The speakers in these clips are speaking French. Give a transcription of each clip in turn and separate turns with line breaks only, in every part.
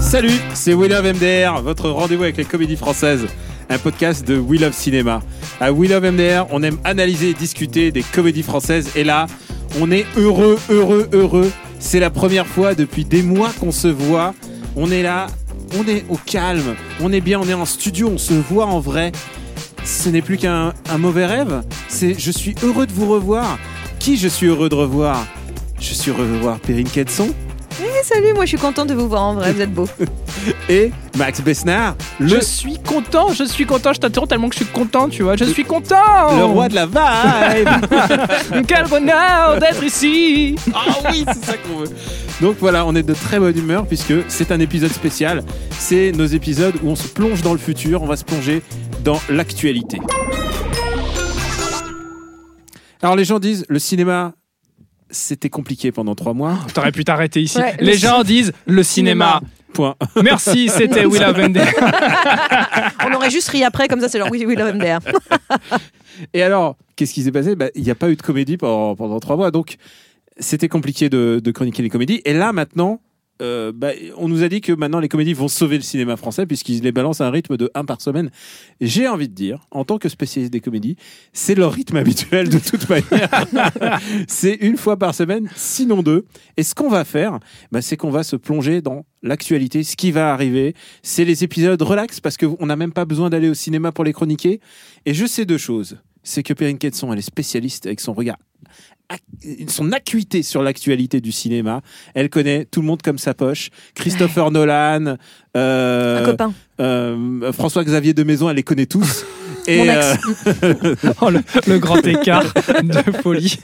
Salut, c'est We Love MDR, votre rendez-vous avec les comédies françaises, un podcast de We Love Cinéma. À We Love MDR, on aime analyser et discuter des comédies françaises et là, on est heureux, heureux, heureux. C'est la première fois depuis des mois qu'on se voit. On est là, on est au calme, on est bien, on est en studio, on se voit en vrai. Ce n'est plus qu'un un mauvais rêve. C'est je suis heureux de vous revoir. Qui je suis heureux de revoir Je suis heureux de revoir Perrine Quetson
Eh, salut, moi je suis contente de vous voir en vrai, vous êtes beau.
et Max Besnard, le
Je suis content, je suis content, je t'interromps tellement que je suis content, tu vois. Je suis content
Le roi de la vibe
Quel bonheur d'être ici
Ah oui, c'est ça qu'on veut Donc voilà, on est de très bonne humeur puisque c'est un épisode spécial. C'est nos épisodes où on se plonge dans le futur, on va se plonger dans l'actualité. Alors les gens disent, le cinéma, c'était compliqué pendant trois mois.
T'aurais pu t'arrêter ici.
Ouais,
Les
le
gens disent le cinéma.
Point.
Merci, c'était Will Avender.
On aurait juste ri après, comme ça c'est genre oui, oui, love MDR.
Et alors, qu'est-ce qui s'est passé Bah, Il n'y a pas eu de comédie pendant, pendant trois mois, donc c'était compliqué de, de chroniquer les comédies. Et là, maintenant, euh, bah, on nous a dit que maintenant les comédies vont sauver le cinéma français puisqu'ils les balancent à un rythme de 1 par semaine. J'ai envie de dire, en tant que spécialiste des comédies, c'est leur rythme habituel de toute manière. c'est une fois par semaine, sinon deux. Et ce qu'on va faire, bah, c'est qu'on va se plonger dans l'actualité, ce qui va arriver. C'est les épisodes relax parce qu'on n'a même pas besoin d'aller au cinéma pour les chroniquer. Et je sais deux choses. C'est que Perrine Quetson, elle est spécialiste avec son regard, ac- son acuité sur l'actualité du cinéma. Elle connaît tout le monde comme sa poche. Christopher Nolan,
Un
euh,
copain.
euh, François-Xavier de Maison, elle les connaît tous. Et, euh,
Mon ex.
Oh, le, le grand écart de folie.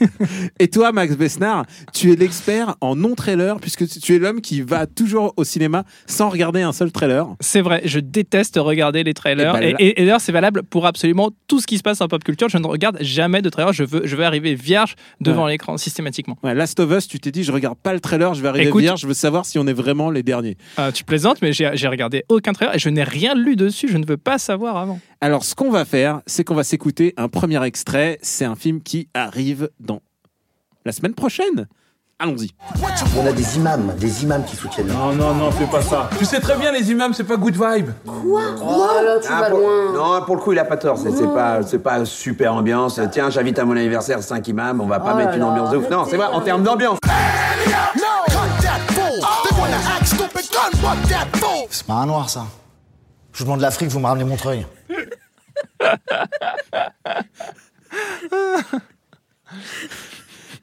Et toi, Max Besnard, tu es l'expert en non-trailer, puisque tu es l'homme qui va toujours au cinéma sans regarder un seul trailer.
C'est vrai, je déteste regarder les trailers.
Eh
Et,
ben là-
et- et d'ailleurs, c'est valable pour absolument tout ce qui se passe en pop culture. Je ne regarde jamais de trailers. Je veux, je veux arriver vierge devant
Ouais.
l'écran systématiquement.
Ouais, Last of Us, tu t'es dit, je regarde pas le trailer, je vais arriver
Écoute-
vierge, je veux savoir si on est vraiment les derniers.
Ah, tu plaisantes, mais j'ai j'ai regardé aucun trailer et je n'ai rien lu dessus. Je ne veux pas savoir avant.
Alors, ce qu'on va faire, c'est qu'on va s'écouter un premier extrait. C'est un film qui arrive dans la semaine prochaine. Allons-y.
On a des imams, des imams qui soutiennent.
Non, non, non, fais pas ça. Tu sais très bien, les imams, c'est pas good vibe.
Ah, pour- Non, pour le coup, il a pas tort. C'est c'est pas, c'est pas super ambiance. Tiens, j'invite à mon anniversaire 5 imams. On va pas mettre une ambiance de ouf. Non, c'est vrai, en termes d'ambiance.
C'est pas un noir, ça. Je vous demande l'Afrique, vous me ramenez Montreuil.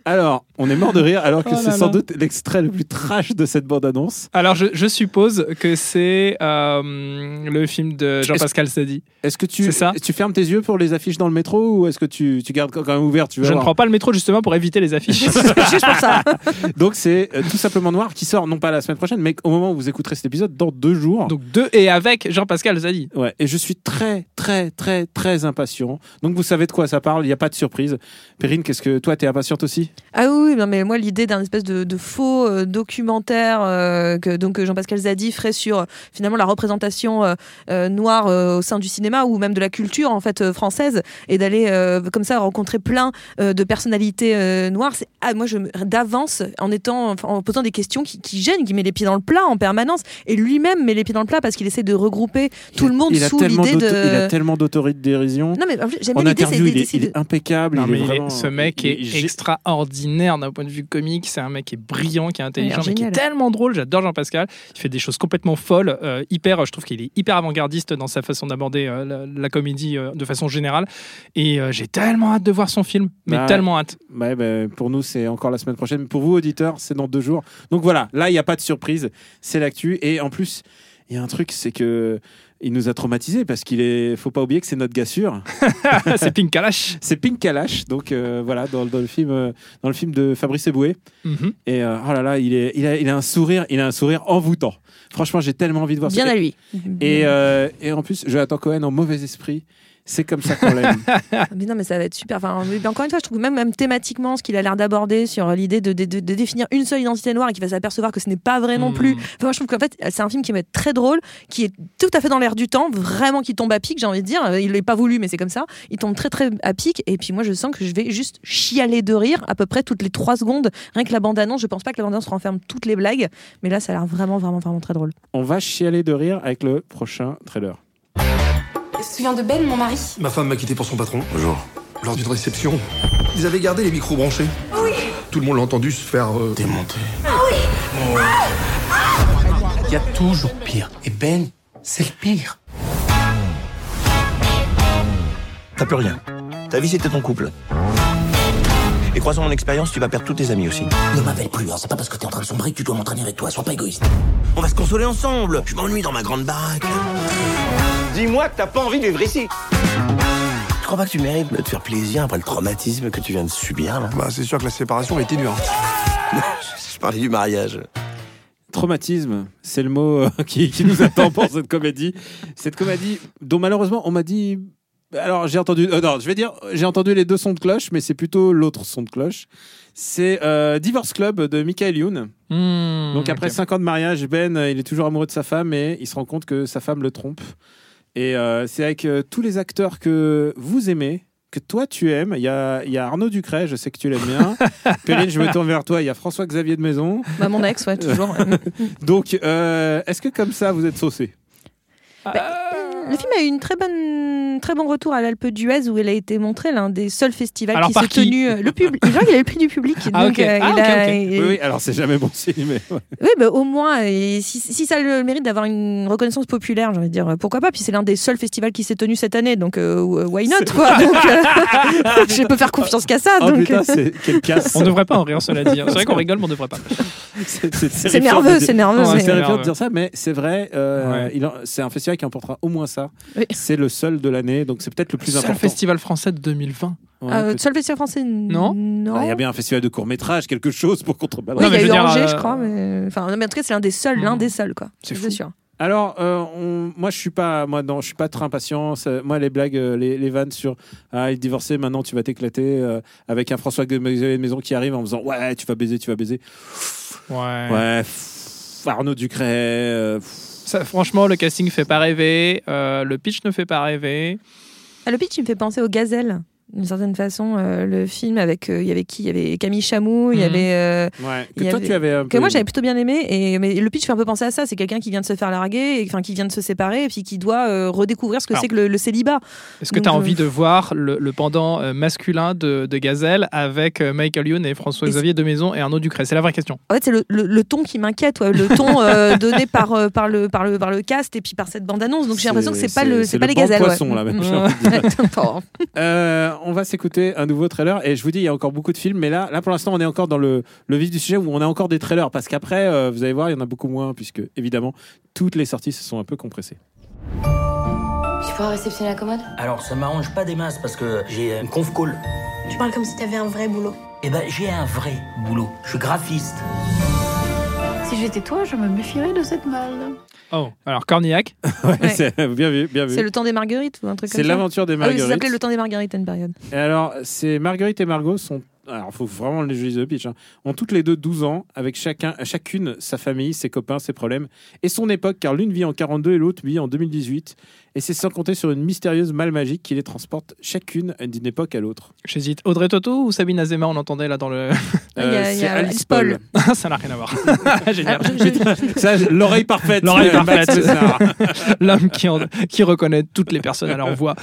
Alors, on est mort de rire, alors que
Oh là
c'est sans
là.
doute l'extrait le plus trash de cette bande-annonce.
Alors, je, je suppose que c'est euh, le film de Jean-Pascal Sadi.
Est-ce que tu,
C'est ça.
tu fermes tes yeux pour les affiches dans le métro ou est-ce que tu, tu gardes quand même ouvert tu vas
Je ne
voir
prends pas le métro justement pour éviter les affiches.
juste pour ça.
Donc c'est euh, tout simplement noir qui sort non pas la semaine prochaine, mais au moment où vous écouterez cet épisode dans deux jours.
Donc, de et avec Jean-Pascal Sadi.
Ouais, et je suis très très très très impatient. Donc vous savez de quoi ça parle, il n'y a pas de surprise. Perrine, qu'est-ce que toi t'es impatiente aussi
Ah oui, oui, non mais moi l'idée d'un espèce de, de faux euh, documentaire euh, que donc que Jean-Pascal Zadi ferait sur euh, finalement la représentation euh, euh, noire euh, au sein du cinéma ou même de la culture en fait euh, française et d'aller euh, comme ça rencontrer plein euh, de personnalités euh, noires, c'est ah, moi je me- d'avance en étant enfin, en posant des questions qui, qui gênent, qui met les pieds dans le plat en permanence et lui-même met les pieds dans le plat parce qu'il essaie de regrouper tout le monde
il a
sous
tellement
l'idée
d'auto- Il a
de
tellement d'autorité de dérision.
non mais en fait, j'aime
En
bien l'idée c'est
interview, il est,
d'essayer
il
de-
est impeccable.
Non,
il est
mais il est-
vraiment-
ce mec
il-
est,
il- j'ai-
extraordinaire d'un point de vue comique. C'est un mec qui est brillant, qui est intelligent,
Il a l'air
mais qui est
génial.
tellement drôle. J'adore Jean-Pascal. Il fait des choses complètement folles. euh, hyper, je trouve qu'il est hyper avant-gardiste dans sa façon d'aborder euh, la, la comédie euh, de façon générale. Et euh, j'ai tellement hâte de voir son film. Mais
Ah.
tellement hâte.
Ouais, bah, pour nous, c'est encore la semaine prochaine. Pour vous, auditeurs, c'est dans deux jours. Donc voilà, là, il n'y a pas de surprise. C'est l'actu. Et en plus, il y a un truc, c'est que il nous a traumatisés parce qu'il est. Faut pas oublier que c'est notre gars sûr.
c'est Pink Kalash.
C'est Pink Kalash, donc euh, voilà, dans, dans le film, euh, dans le film de Fabrice Eboué.
Mhm.
Et euh, oh là là, il, est, il, a, il a un sourire, il a un sourire envoûtant. Franchement, j'ai tellement envie de voir. ce
Bien
mec.
à lui.
Et, euh, et en plus, Jonathan Cohen en mauvais esprit, c'est comme ça qu'on l'aime.
Mais non, mais ça va être super. Enfin, mais ben, encore une fois, je trouve même, même thématiquement ce qu'il a l'air d'aborder sur l'idée de, de- de- de définir une seule identité noire et qu'il va s'apercevoir que ce n'est pas vrai non
Mm.
plus. Enfin, moi, je trouve qu'en fait, c'est un film qui va être très drôle, qui est tout à fait dans l'air du temps, vraiment qui tombe à pic, j'ai envie de dire. Il n'est pas voulu, mais c'est comme ça. Il tombe très, très à pic. Et puis moi, je sens que je vais juste chialer de rire à peu près toutes les trois secondes. Rien que la bande-annonce, je pense pas que la bande-annonce renferme toutes les blagues. Mais là, ça a l'air vraiment, vraiment, vraiment très drôle.
On va chialer de rire avec le prochain trailer.
Tu te souviens de Ben, mon mari
Ma femme m'a quitté pour son patron.
Bonjour.
Lors d'une réception, ils avaient gardé les micros branchés. Oui. Tout le monde l'a entendu se faire. euh,
Démonté.
Il y a toujours pire. Et Ben, c'est le pire.
T'as plus rien. Ta vie, c'était ton couple. Et croisant mon expérience, tu vas perdre tous tes amis aussi.
Ne m'appelle plus, hein. c'est pas parce que t'es en train de sombrer que tu dois m'entraîner avec toi, sois pas égoïste.
On va se consoler ensemble. Je m'ennuie dans ma grande baraque. Dis-moi que t'as pas envie de vivre ici. Tu crois pas que tu mérites de te faire plaisir après le traumatisme que tu viens de subir, là
Bah, c'est sûr que la séparation était dure.
Je parlais du mariage.
Traumatisme, c'est le mot euh, qui, qui nous attend pour cette comédie. Cette comédie dont malheureusement on m'a dit. Alors j'ai entendu. euh, non, je vais dire, j'ai entendu les deux sons de cloche, mais c'est plutôt l'autre son de cloche. C'est euh, Divorce Club de Michael Youn.
Mm,
Donc après
ok.
5 ans de mariage, Ben, euh, il est toujours amoureux de sa femme et il se rend compte que sa femme le trompe. Et euh, c'est avec euh, tous les acteurs que vous aimez, que toi tu aimes. Il y a, il y a Arnaud Ducret, je sais que tu l'aimes bien. Perrine, je me tourne vers toi. Il y a François-Xavier de Maison.
Bah, mon ex, ouais, toujours.
Donc, euh, est-ce que comme ça, vous êtes saucé
Le film a eu une très bonne, très bon retour à l'Alpe d'Huez où il a été montré l'un des seuls festivals
Alors,
qui
par
s'est
qui
tenu. euh, Le public, genre, il a eu le prix du public.
Ah,
donc, euh,
ok. Ah,
il
ok,
a-
ok.
Oui,
il-
oui, alors c'est jamais bon signe, mais ouais.
oui, bah, au moins, et si, si ça a le mérite d'avoir une reconnaissance populaire, j'ai envie de dire, euh, pourquoi pas Puis c'est l'un des seuls festivals qui s'est tenu cette année, donc euh, why not quoi Donc, euh, Je peux faire confiance qu'à ça.
Oh
donc,
putain,
euh,
c'est quelle casse
On devrait pas en rire, cela dit. hein. C'est vrai qu'on rigole, mais on devrait pas.
c'est nerveux, c'est nerveux.
Ouais,
C'est
mais-
c'est
terrifiant de
nerveux.
dire ça, mais c'est vrai, euh,
Ouais.
il en- c'est un festival qui emportera au moins ça.
Oui.
C'est le seul de l'année, donc c'est peut-être le plus
Seul
important.
festival français de 2020.
Ouais,
Euh,
peut-être.
seul festival français
Non. Ah,
Bah, Il y a bien un festival de court métrage, quelque chose pour
euh, Oui,
contrebalancer.
Non, mais
il y a
je
eu
veux dire,
Angers,
euh,
je crois. Mais... Enfin, non, mais en tout cas, c'est l'un des seuls, l'un
Hmm.
des seuls, quoi.
C'est fou.
sûr.
Alors, euh, on- moi, je suis pas, moi, non, je suis pas très impatient. Ça- Moi, les blagues, euh, les, les vannes sur ah, il est divorcé, maintenant tu vas t'éclater euh, avec un François de Maison qui arrive en faisant ouais, tu vas baiser, tu vas baiser.
Ouais.
Ouais, pff, Arnaud Ducret. euh, pff.
Ça, franchement, le casting fait pas rêver. euh, le pitch ne fait pas rêver.
Ah, le pitch, il me fait penser aux gazelles. D'une certaine façon, euh, le film avec euh, il y avait qui Il y avait Camille Chamou, il y
Mhm.
avait euh,
ouais.
Il
Que
y
toi,
avait-
tu avais. un
que
peu
moi
aimé.
j'avais plutôt bien aimé. Et mais le pitch fait un peu penser à ça. C'est quelqu'un qui vient de se faire larguer, et, enfin qui vient de se séparer, et puis qui doit euh, redécouvrir ce que
Alors.
c'est que le, le célibat.
Est-ce que
Donc,
tu as
euh,
envie de voir le, le pendant euh, masculin de, de Gazelle avec euh, Michael Youn et François-Xavier Demaison et Arnaud Ducret C'est la vraie question.
En fait, c'est le, le- le ton qui m'inquiète, ouais, le ton euh, donné par euh, par le par le par le cast et puis par cette bande annonce. Donc j'ai l'impression que c'est pas le c'est pas les
banc
gazelles. ouais. Mm.
poisson, là, même, j'ai envie de dire.
Attends.
Euh, on va s'écouter un nouveau trailer et je vous dis il y a encore beaucoup de films mais là là pour l'instant on est encore dans le, le vif du sujet où on a encore des trailers parce qu'après euh, vous allez voir il y en a beaucoup moins puisque évidemment toutes les sorties se sont un peu compressées.
Tu pourras réceptionner la commode
Alors ça m'arrange pas des masses parce que j'ai euh, une conf call.
Tu parles comme si t'avais un vrai boulot.
Eh ben j'ai un vrai boulot, je suis graphiste.
Si j'étais toi, je me méfierais de cette balle.
Oh, alors Cornillac.
Ouais.
C'est- bien vu bien
C'est
vu.
le temps des marguerites ou un truc comme ça.
C'est l'aventure des
Ah oui, ça
Marguerites.
s'appelait le temps des marguerites à une période.
et alors c'est Marguerite et Margot sont alors faut vraiment les juger de pitch hein, ont toutes les deux 12 ans avec chacun chacune sa famille, ses copains, ses problèmes et son époque car l'une vit en 42 et l'autre vit en 2018 et c'est sans compter sur une mystérieuse malle magique qui les transporte chacune d'une époque à l'autre.
J'hésite. Audrey Toto ou Sabine Azema On entendait là dans le.
Il y a- il y
c'est
a Alice Paul.
ça n'a rien à voir. Génial.
Alors, je- je-
Ça, l'oreille parfaite.
L'oreille
Euh,
parfaite.
Max Besnard.
L'homme qui, en- qui reconnaît toutes les personnes à leur voix.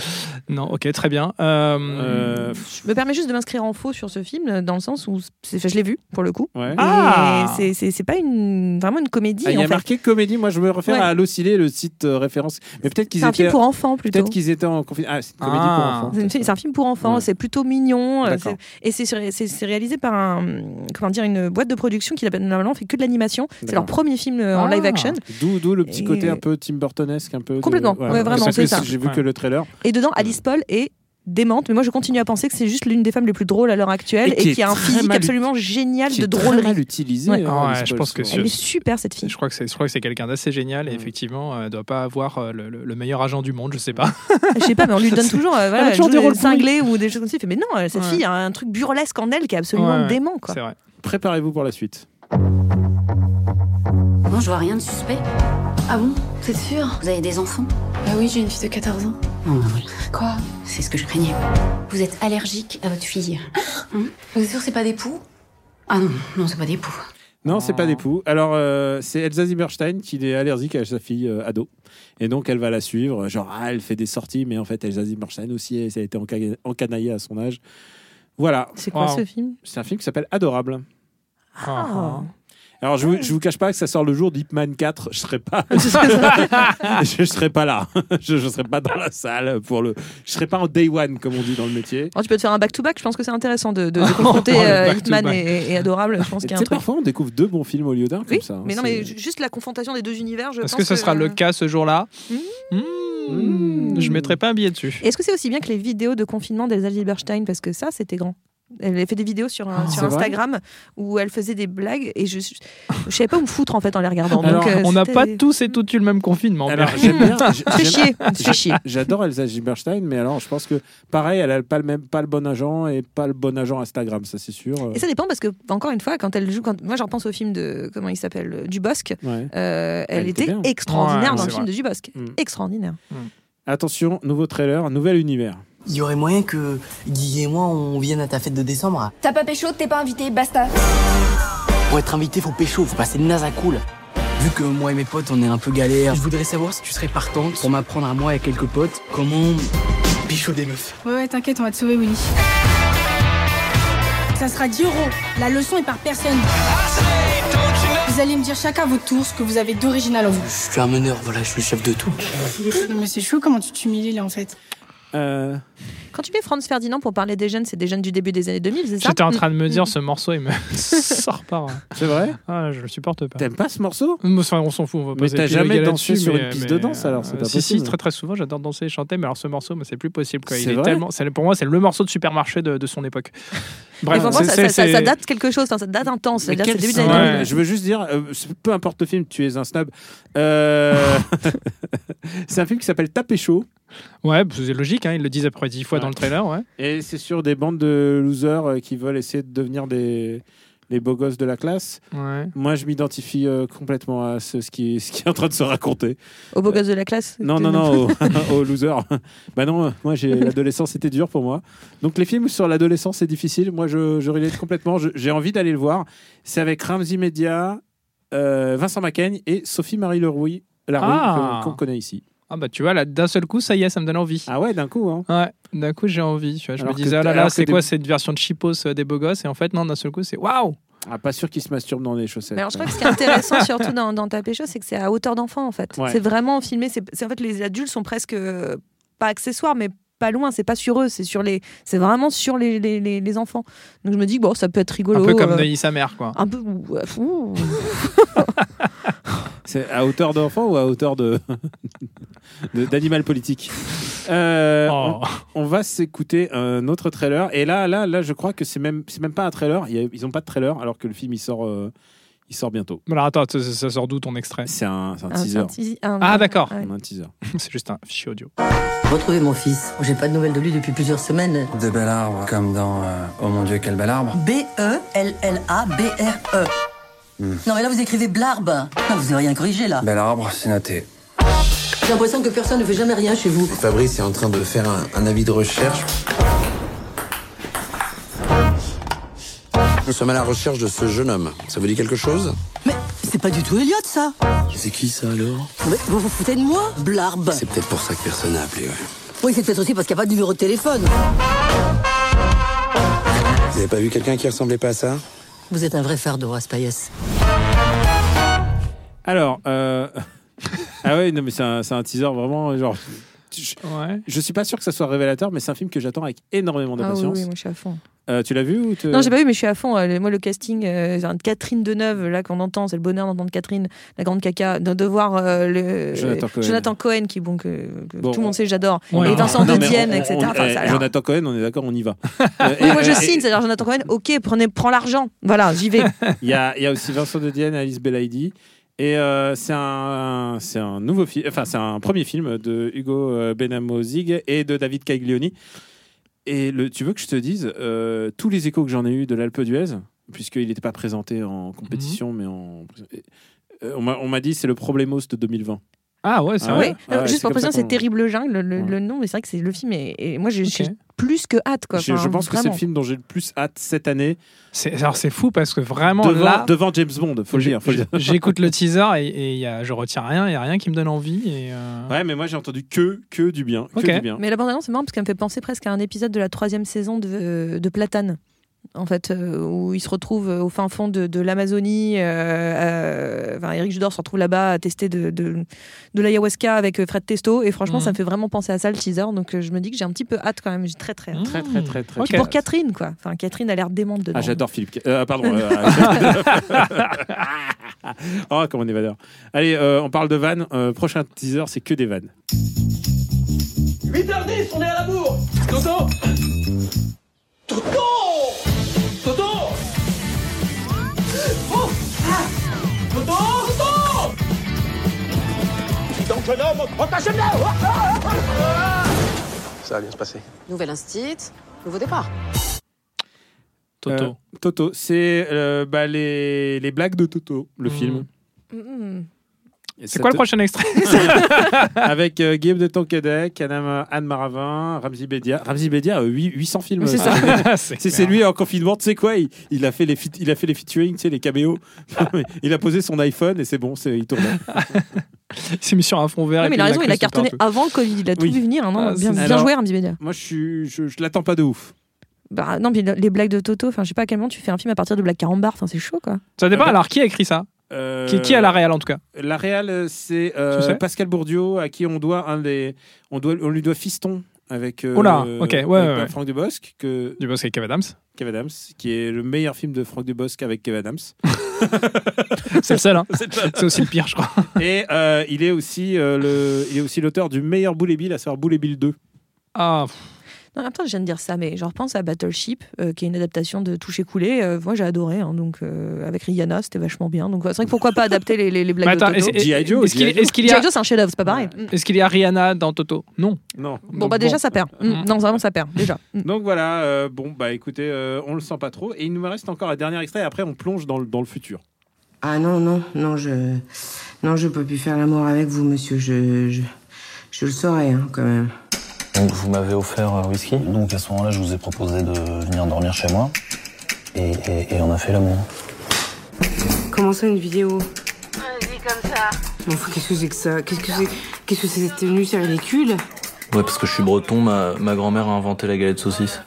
Non, ok, très bien. Euh,
Euh,
Je me permets juste de m'inscrire en faux sur ce film, dans le sens où c'est- je l'ai vu, pour le coup.
ouais.
Ah.
Et c'est- c'est c'est pas une, vraiment une comédie,
Ah, il y
en
a
fait.
marqué comédie. Moi, je me réfère
Ouais.
à Allocilé, le site euh, référence. Mais peut-être qu'ils
C'est un
étaient étaient-
film film pour enfants plutôt.
Peut-être qu'ils étaient en confinement. Ah, c'est une comédie
Ah.
pour enfants.
C'est une- C'est un film pour enfants,
Ouais.
c'est plutôt mignon. euh,
D'accord.
c'est- Et c'est sur- c'est c'est réalisé par un, comment dire, une boîte de production qui normalement fait que de l'animation. C'est leur
D'accord.
premier film euh, en
Ah.
live action.
D'où, d'où le petit
Et-
côté un peu Tim Burtonesque, un peu. de-
Complètement, ouais, vraiment,
parce que
c'est ça.
J'ai vu
Ouais.
que le trailer.
Et dedans, Alice Paul est démente, mais moi je continue à penser que c'est juste l'une des femmes les plus drôles à l'heure actuelle
Et
et,
qui est
qui a un
très
physique
mal-
absolument génial
Qui
de
est très
drôlerie.
mal utilisé.
Ouais.
hein,
Ouais,
Alice
je
Paul,
pense que
souvent.
Elle est super cette fille.
Je crois que c'est, je crois que c'est quelqu'un d'assez génial et
Mm.
effectivement, euh, doit pas avoir euh, le, le- le meilleur agent du monde, je sais pas.
Je sais pas, mais on lui donne toujours, euh, voilà,
Elle a toujours
elle joue
des rôles
cinglés ou des choses comme ça. Il fait, mais non, euh, cette
Ouais.
fille a un truc burlesque en elle qui est absolument
Ouais, ouais.
dément. Quoi.
c'est vrai.
Préparez-vous pour la suite.
Non, je vois rien de suspect.
Ah bon C'est sûr
Vous avez des enfants
Bah oui, j'ai une fille de 14 ans.
Non, bah voilà.
Quoi
C'est ce que je craignais. Vous êtes allergique à votre fille.
Vous êtes sûr que c'est pas des poux
Ah non, non, c'est pas des poux.
Non, c'est pas
Oh.
des poux. Alors, euh, c'est Elsa Zimmerstein qui est allergique à sa fille euh, ado. Et donc, elle va la suivre. Genre, ah, elle fait des sorties, mais en fait, Elsa Zimmerstein aussi, elle, ça a été enca- encanaillée à son âge. Voilà.
C'est quoi
Wow.
ce film
C'est un film qui s'appelle Adorable.
Oh.
Ah.
Alors, je vous, je vous cache pas que ça sort le jour d'Hipman 4. Je serai pas,
C'est ce que ça-
je, je serai pas là. Je, je serai pas dans la salle pour le, je serai pas en day one, comme on dit dans le métier.
Alors, Oh, tu peux te faire un back-to-back, je pense que c'est intéressant de, de- de confronter
Oh, le
euh,
back-to-back.
Hitman et, et Adorable. Je pense
Et Tu
qu'il y a un
sais,
truc.
parfois, on découvre deux bons films au lieu d'un, comme
Oui,
ça. hein.
mais non,
C'est-
mais ju- juste la confrontation des deux univers, je
Est-ce
pense
que ça sera
euh.
le cas ce jour-là
Mmh.
Mm.
Mmh. Je mettrai pas un billet dessus.
Est-ce que c'est aussi bien que les vidéos de confinement d'Elsa Lieberstein Parce que ça, c'était grand. Elle avait fait des vidéos sur, un-
Ah,
sur
c'est vrai
Instagram où elle faisait des blagues et je, je savais pas où me foutre en fait en les regardant.
Alors,
Donc, euh,
on n'a
c'était-
pas tous et toutes eu le même confinement.
Alors,
mais-
j'aime bien.
Fais
j'aime-
chier,
Ah,
fais chier.
J'adore Elsa Gilberstein, mais alors je pense que pareil, elle a pas le même, pas le bon agent et pas le bon agent Instagram, ça c'est sûr. euh,
Et ça dépend parce que, encore une fois, quand elle joue, quand... moi je repense au film de, comment il s'appelle, euh, Dubosc,
Ouais.
euh, elle,
Elle était
était,
bien.
extraordinaire
Ouais,
dans
c'est
le film de Dubosc.
Mm.
Extraordinaire.
Attention, nouveau trailer, nouvel univers.
Il y aurait moyen que Guy et moi, on vienne à ta fête de décembre.
T'as pas pécho, t'es pas invité, basta.
Pour être invité, faut pécho, faut passer de naze à cool. Vu que moi et mes potes, on est un peu galère, je voudrais savoir si tu serais partante pour m'apprendre à moi et à quelques potes comment pécho des meufs.
Ouais, ouais, t'inquiète, on va te sauver, Willy. Ça sera 10 euros. La leçon est par personne. Vous allez me dire chacun à votre tour ce que vous avez d'original en vous.
Je suis un meneur, voilà, je suis chef de tout.
Non, mais c'est chaud comment tu t'humilies là en fait.
Euh,
Quand tu mets Franz Ferdinand pour parler des jeunes, c'est des jeunes du début des années 2000, c'est ça
J'étais en train de me
Mm.
dire, ce morceau, il me sort pas. hein.
c'est vrai
Ah, je le supporte pas.
T'aimes pas ce morceau
Enfin, on s'en fout, on va
Mais
pas
t'as jamais
épiloguer
dansé
là-dessus,
sur une
mais-
piste
mais,
de danse, alors, c'est
euh,
pas
Si, si,
possible.
très très souvent, j'adore danser et chanter, mais alors ce morceau, moi, c'est plus possible. Quoi. Il
C'est
est
vrai
tellement, c'est- pour moi, c'est le morceau de supermarché de, de son époque.
Mais
Bref,
vraiment,
c'est-
ça,
c'est-
ça- ça-
c'est-
ça date quelque chose, enfin, ça date intense.
Mais
C'est-à-dire,
quel
c'est début des
snob.
années
Ouais.
2000.
Je veux juste dire, euh, c'est- peu importe le film, tu es un snob. Euh, c'est un film qui s'appelle Tapé chaud
Ouais, c'est logique, hein, ils le disent après dix fois
Ouais.
dans le trailer. Ouais.
et c'est sur des bandes de losers euh, qui veulent essayer de devenir des les beaux gosses de la classe.
Ouais.
Moi, je m'identifie euh, complètement à ce, ce qui, ce qui est en train de se raconter.
Au beau gosse de la classe.
Non,
de-
non, non, au, au loser. bah non, euh, moi, j'ai l'adolescence, c'était dur pour moi. Donc, les films sur l'adolescence, c'est difficile. Moi, je, je relate complètement. Je- J'ai envie d'aller le voir. C'est avec Ramzi Media, euh, Vincent Macaigne et Sophie-Marie Leroux, Laroui,
Ah.
que- qu'on connaît ici.
Ah bah tu vois, là, d'un seul coup, ça y est, ça me donne envie.
Ah ouais, d'un coup, hein.
Ouais, d'un coup, j'ai envie. Tu vois, je
Alors
me
que
disais, ah là
t'as-
là,
alors que
c'est
des-
quoi cette version de Chipos euh, des beaux gosses Et en fait, non, d'un seul coup, c'est waouh
Ah, pas sûr qu'ils se masturbent dans les chaussettes.
Mais alors, je crois que ce qui est intéressant surtout dans, dans Ta Pécho, c'est que c'est à hauteur d'enfant en fait.
Ouais.
C'est vraiment filmé. C'est c'est- en fait les adultes sont presque euh, pas accessoires, mais pas loin. C'est pas sur eux, c'est sur les. C'est vraiment sur les, les, les- les enfants. Donc je me dis que bon, ça peut être rigolo.
Un peu comme
euh,
Neuilly sa mère, quoi.
un peu. ouais, ouh.
C'est à hauteur d'enfant ou à hauteur de de- d'animal politique Euh, on-
Oh.
On va s'écouter un autre trailer. Et là, là, là, je crois que c'est même, c'est même pas un trailer. Il y a- ils ont pas de trailer alors que le film il sort, euh, il sort bientôt.
Mais Alors attends, ça, ça- ça sort d'où ton extrait
C'est un, c'est un
Un-
teaser.
un teasi- un-
Ah, d'accord.
ouais.
Un teaser.
C'est juste un fichier audio.
Retrouvez mon fils. J'ai pas de nouvelles de lui depuis plusieurs semaines.
De bel arbre, comme dans Oh mon dieu, quel bel arbre.
E B-E-L-L-A-B-R-E. E. Non, mais là, vous écrivez blarbe. Non, vous n'avez rien corrigé, là.
Bel arbre, Ben, c'est noté.
J'ai l'impression que personne ne fait jamais rien chez vous.
Fabrice est en train de faire un, un avis de recherche. Nous sommes à la recherche de ce jeune homme. Ça vous dit quelque chose
Mais c'est pas du tout Elliot, ça.
C'est qui ça alors
Mais vous vous foutez de moi Blarbe.
C'est peut-être pour ça que personne n'a appelé, ouais.
Oui, c'est peut-être aussi parce qu'il n'y a pas de numéro de téléphone.
Vous avez pas vu quelqu'un qui ressemblait pas à ça
Vous êtes un vrai fardeau, Aspayès.
Alors, euh, ah ouais, non mais c'est un, c'est un teaser vraiment genre. je, je suis pas sûr que ça soit révélateur, mais c'est un film que j'attends avec énormément de
Ah oui,
patience.
oui, moi, je suis à fond.
Euh, tu l'as vu ou te-
Non, j'ai pas vu, mais je suis à fond. Euh, Moi, le casting, euh, enfin, Catherine Deneuve, là, qu'on entend, c'est le bonheur d'entendre Catherine, la grande caca, de, de voir euh, le,
Jonathan Cohen.
Cohen, qui, bon, que, que
Bon,
tout le monde sait, que j'adore.
Ouais,
et
non,
Vincent
non,
de
mais
Dienne,
on- on-
etc.
on-
Enfin,
eh,
ça a l'air-
Jonathan Eh, Cohen, on est d'accord, on y va. Euh,
Oui, moi, je signe, c'est-à-dire Jonathan Cohen, ok, prenez, prends l'argent. Voilà, j'y vais.
Il y a, il y a aussi Vincent de Dienne et Alice Belaïdi. Et euh, c'est un, c'est un nouveau film, enfin c'est un premier film de Hugo euh, Benamozig et de David Caglioni. Et le, tu veux que je te dise euh, tous les échos que j'en ai eu de l'Alpe d'Huez, puisqu'il n'était pas présenté en compétition, mais en, euh, on m'a- on m'a dit c'est le Problemos de 2020.
Ah ouais,
Ah
c'est
ouais.
vrai.
Alors,
ouais, c'est
juste pour
comme ça
préciser, c'est
qu'on-
Terrible Jungle, le, le- le nom, mais c'est vrai que c'est le film. Et, et moi, j'ai j'ai plus que hâte, quoi.
Je,
Enfin,
je pense que c'est le
vraiment.
film dont j'ai le plus hâte cette année.
C'est- Alors c'est fou parce que vraiment
devant,
là,
devant James Bond, faut le dire. faut le dire.
j'écoute le teaser et, et il y a- je retire rien, il y a rien qui me donne envie. Et, euh,
Ouais, mais moi j'ai entendu que que du bien, que
Ok.
du bien.
Mais la bande-annonce, c'est marrant parce qu'elle me fait penser presque à un épisode de la troisième saison de, euh, de Platane. En fait, euh, où ils se retrouvent au fin fond de, de l'Amazonie. euh, euh, Enfin, Eric Judor se retrouve là-bas à tester de, de, de l'ayahuasca avec euh, Fred Testo. Et franchement,
Mhm.
ça me fait vraiment penser à ça, le teaser. Donc, euh, je me dis que j'ai un petit peu hâte quand même. J'ai très, très hâte.
Très, très, très, très.
Puis pour Catherine, quoi. Enfin, Catherine a l'air démente dedans.
Ah, j'adore Philippe. Ca- euh, pardon. euh, euh, oh, comment on est valeur. Allez, euh, on parle de vannes. Euh, prochain teaser, c'est que des vannes.
8h10, on est à la bourre Toto Toto Toto Oh Ah Toto Toto Donc jeune homme, prends ta chaîne là Ah, ah, ah, ah
Ça va bien se passer.
Nouvel instit, nouveau départ.
Toto. Euh, Toto, c'est euh, bah, les, les blagues de Toto, le film.
Mhm.
Et
Hmm. C'est
ça
quoi le
te-
prochain extrait
Avec euh, Guillaume de Tonquédec, Anne, Anne Maravin, Ramzi Bedia. Ramzi Bedia a 800 films.
C'est
euh,
ça.
sur Netflix.
C'est
Si c'est lui en confinement, tu sais quoi il, il a fait les feat- il a fait les featuring, tu sais, les caméos.
Ah.
il a posé son iPhone et c'est bon, c'est il tourne.
il s'est mis sur un fond vert.
Ouais,
et
mais
puis
il a raison, il a
crucé
cartonné
partout.
avant le Covid. Il a tout
Oui.
vu venir. hein, non
Ah,
bien
c'est ça.
bien joué,
Alors,
Ramzi Bedia.
Moi, je suis, je, je l'attends pas de ouf.
Bah, non, puis les blagues de Toto, enfin, je sais pas à quel moment tu fais un film à partir de blagues carambars. Enfin, c'est chaud, quoi.
Ça dépend. Alors qui a écrit ça
Euh,
qui, qui a la réal en tout cas
La Real, euh, c'est euh,
Tu sais
Pascal Bourdieu, à qui on doit un des, on doit, on lui doit Fiston avec. euh,
Oh là, ok, ouais,
avec,
ouais,
euh,
ouais.
Franck Dubosc, que
Du boss avec Kev Adams.
Kevin Adams, qui est le meilleur film de Franck Dubosc avec Kevin Adams.
C'est le seul. hein.
C'est le seul.
C'est aussi le pire, je crois.
Et euh, il est aussi, euh, le, il est aussi l'auteur du meilleur Boule et Bill, à savoir Boule et Bill 2.
Ah.
Non, attends, je viens de dire ça, mais je repense à Battleship, euh, qui est une adaptation de Touché Coulé. Euh, moi, j'ai adoré, hein, donc euh, avec Rihanna, c'était vachement bien. Donc, c'est vrai que pourquoi pas adapter les, les, les blagues
Mais Bah, attends,
de Toto
est-ce- G.I. Joe, est-ce qu'il- G.I. Joe. est-ce qu'il y a-
G.I. Joe, c'est un chef-d'œuvre, c'est pas pareil. Mm.
Est-ce qu'il y a Rihanna dans Toto Non.
Non.
Bon, bah déjà, ça perd. Mm, Non, vraiment, ça perd, déjà. Mm.
Donc voilà, euh, bon, bah écoutez, euh, on le sent pas trop. Et il nous reste encore un dernier extrait, et après on plonge dans le, dans le futur.
Ah non, non, non, je. Non, je peux plus faire l'amour avec vous, monsieur. Je. Je, je le saurais, hein, quand même.
Donc vous m'avez offert un whisky. Donc à ce moment-là, je vous ai proposé de venir dormir chez moi. Et, et- et on a fait l'amour.
Comment ça, une vidéo
Vas-y, comme ça.
Mais enfin, qu'est-ce que c'est que ça Qu'est-ce que c'est Qu'est-ce que c'est cette tenue C'est ridicule
Ouais, parce que je suis breton, ma, ma grand-mère a inventé la galette saucisse.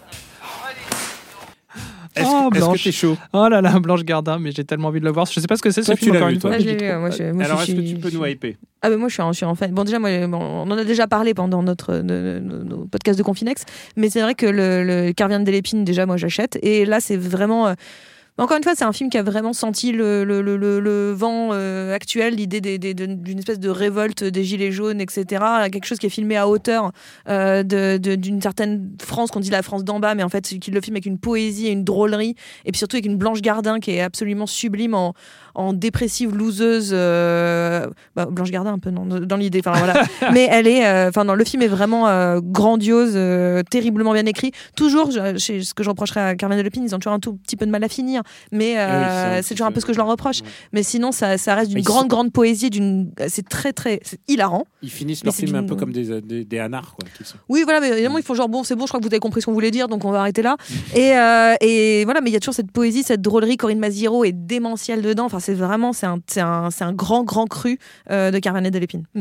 Est-ce que-
oh,
est-ce que
Blanche.
t'es chaud
Oh là là, Blanche Gardin, mais j'ai tellement envie de le voir. Je sais pas ce que c'est ce
Toi, tu
film
l'as
encore
vu,
une
toi
fois.
Ah, je l'ai vu, ouais, moi, je- moi,
Alors
je
est-ce que
suis-
tu peux
je
nous
suis-
hyper
Ah ben moi je suis, un, je suis en fan. Bon déjà moi euh, bon, on en a déjà parlé pendant notre de- de- de- nos podcasts de Confinex, mais c'est vrai que le, le Carvian d'Elépine déjà moi j'achète et là c'est vraiment euh, encore une fois, c'est un film qui a vraiment senti le, le- le- le- le vent euh, actuel, l'idée des- des- de- d'une espèce de révolte des gilets jaunes, etc. Quelque chose qui est filmé à hauteur euh, de- de- d'une certaine France qu'on dit la France d'en bas, mais en fait, qui le filme avec une poésie et une drôlerie, et puis surtout avec une Blanche Gardin qui est absolument sublime en, en dépressive loseuse. euh, bah, Blanche Gardin, un peu non, dans l'idée. Enfin voilà. mais elle est, euh, enfin non, le film est vraiment euh, grandiose, euh, terriblement bien écrit. Toujours, je- chez- ce que je reprocherais à Carmen Delépine, ils ont toujours un tout petit peu de mal à finir, mais
oui,
euh,
c'est un
c'est toujours un peu ce que je leur reproche. Mais sinon, ça, ça reste
Mais
d'une
ils
grande,
sont-
grande poésie, d'une, c'est très, très, c'est hilarant.
Ils finissent
Mais
leur
c'est
film un
d'une-
peu comme des, des, des anards, quoi. qu'ils sont.
Oui, voilà, mais
Mm.
évidemment, ils font genre, bon, c'est bon, je crois que vous avez compris ce qu'on voulait dire, donc on va arrêter là. Et, euh, et voilà, mais il y a toujours cette poésie, cette drôlerie. Corinne Maziro est démentielle dedans. Enfin, c'est vraiment, c'est un, c'est un, c'est un grand, grand cru euh, de Carmen Delépine. Mm.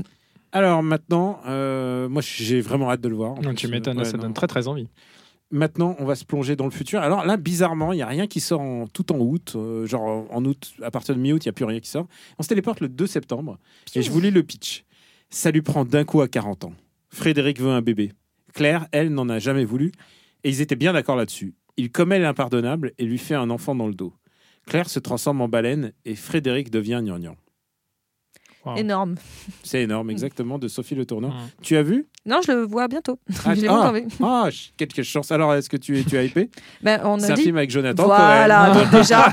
Alors maintenant, euh, moi j'ai vraiment hâte de le voir. en
Non,
plus. euh,
tu m'étonnes,
Ouais,
ça
non.
donne très très envie.
Maintenant, on va se plonger dans le futur. Alors là, bizarrement, il n'y a rien qui sort en, tout en août. Euh, genre en- en août, à partir de mi-août, il n'y a plus rien qui sort. On se téléporte le 2 septembre. Et je vous lis le pitch. Ça lui prend d'un coup à 40 ans. Frédéric veut un bébé. Claire, elle, n'en a jamais voulu, et ils étaient bien d'accord là-dessus. Il commet l'impardonnable et lui fait un enfant dans le dos. Claire se transforme en baleine et Frédéric devient gnangnan. Wow.
Énorme.
C'est énorme,
Mmh.
exactement, de Sophie Le Tournant. Tu as vu
Non, je le vois bientôt.
Ah,
je l'ai
ah,
pas encore vu.
ah, ch- quelque chance. Alors, est-ce que tu, es- tu as hypé
Ben, on a
C'est un
dit-
film avec Jonathan
Voilà,
Cohen.
donc déjà,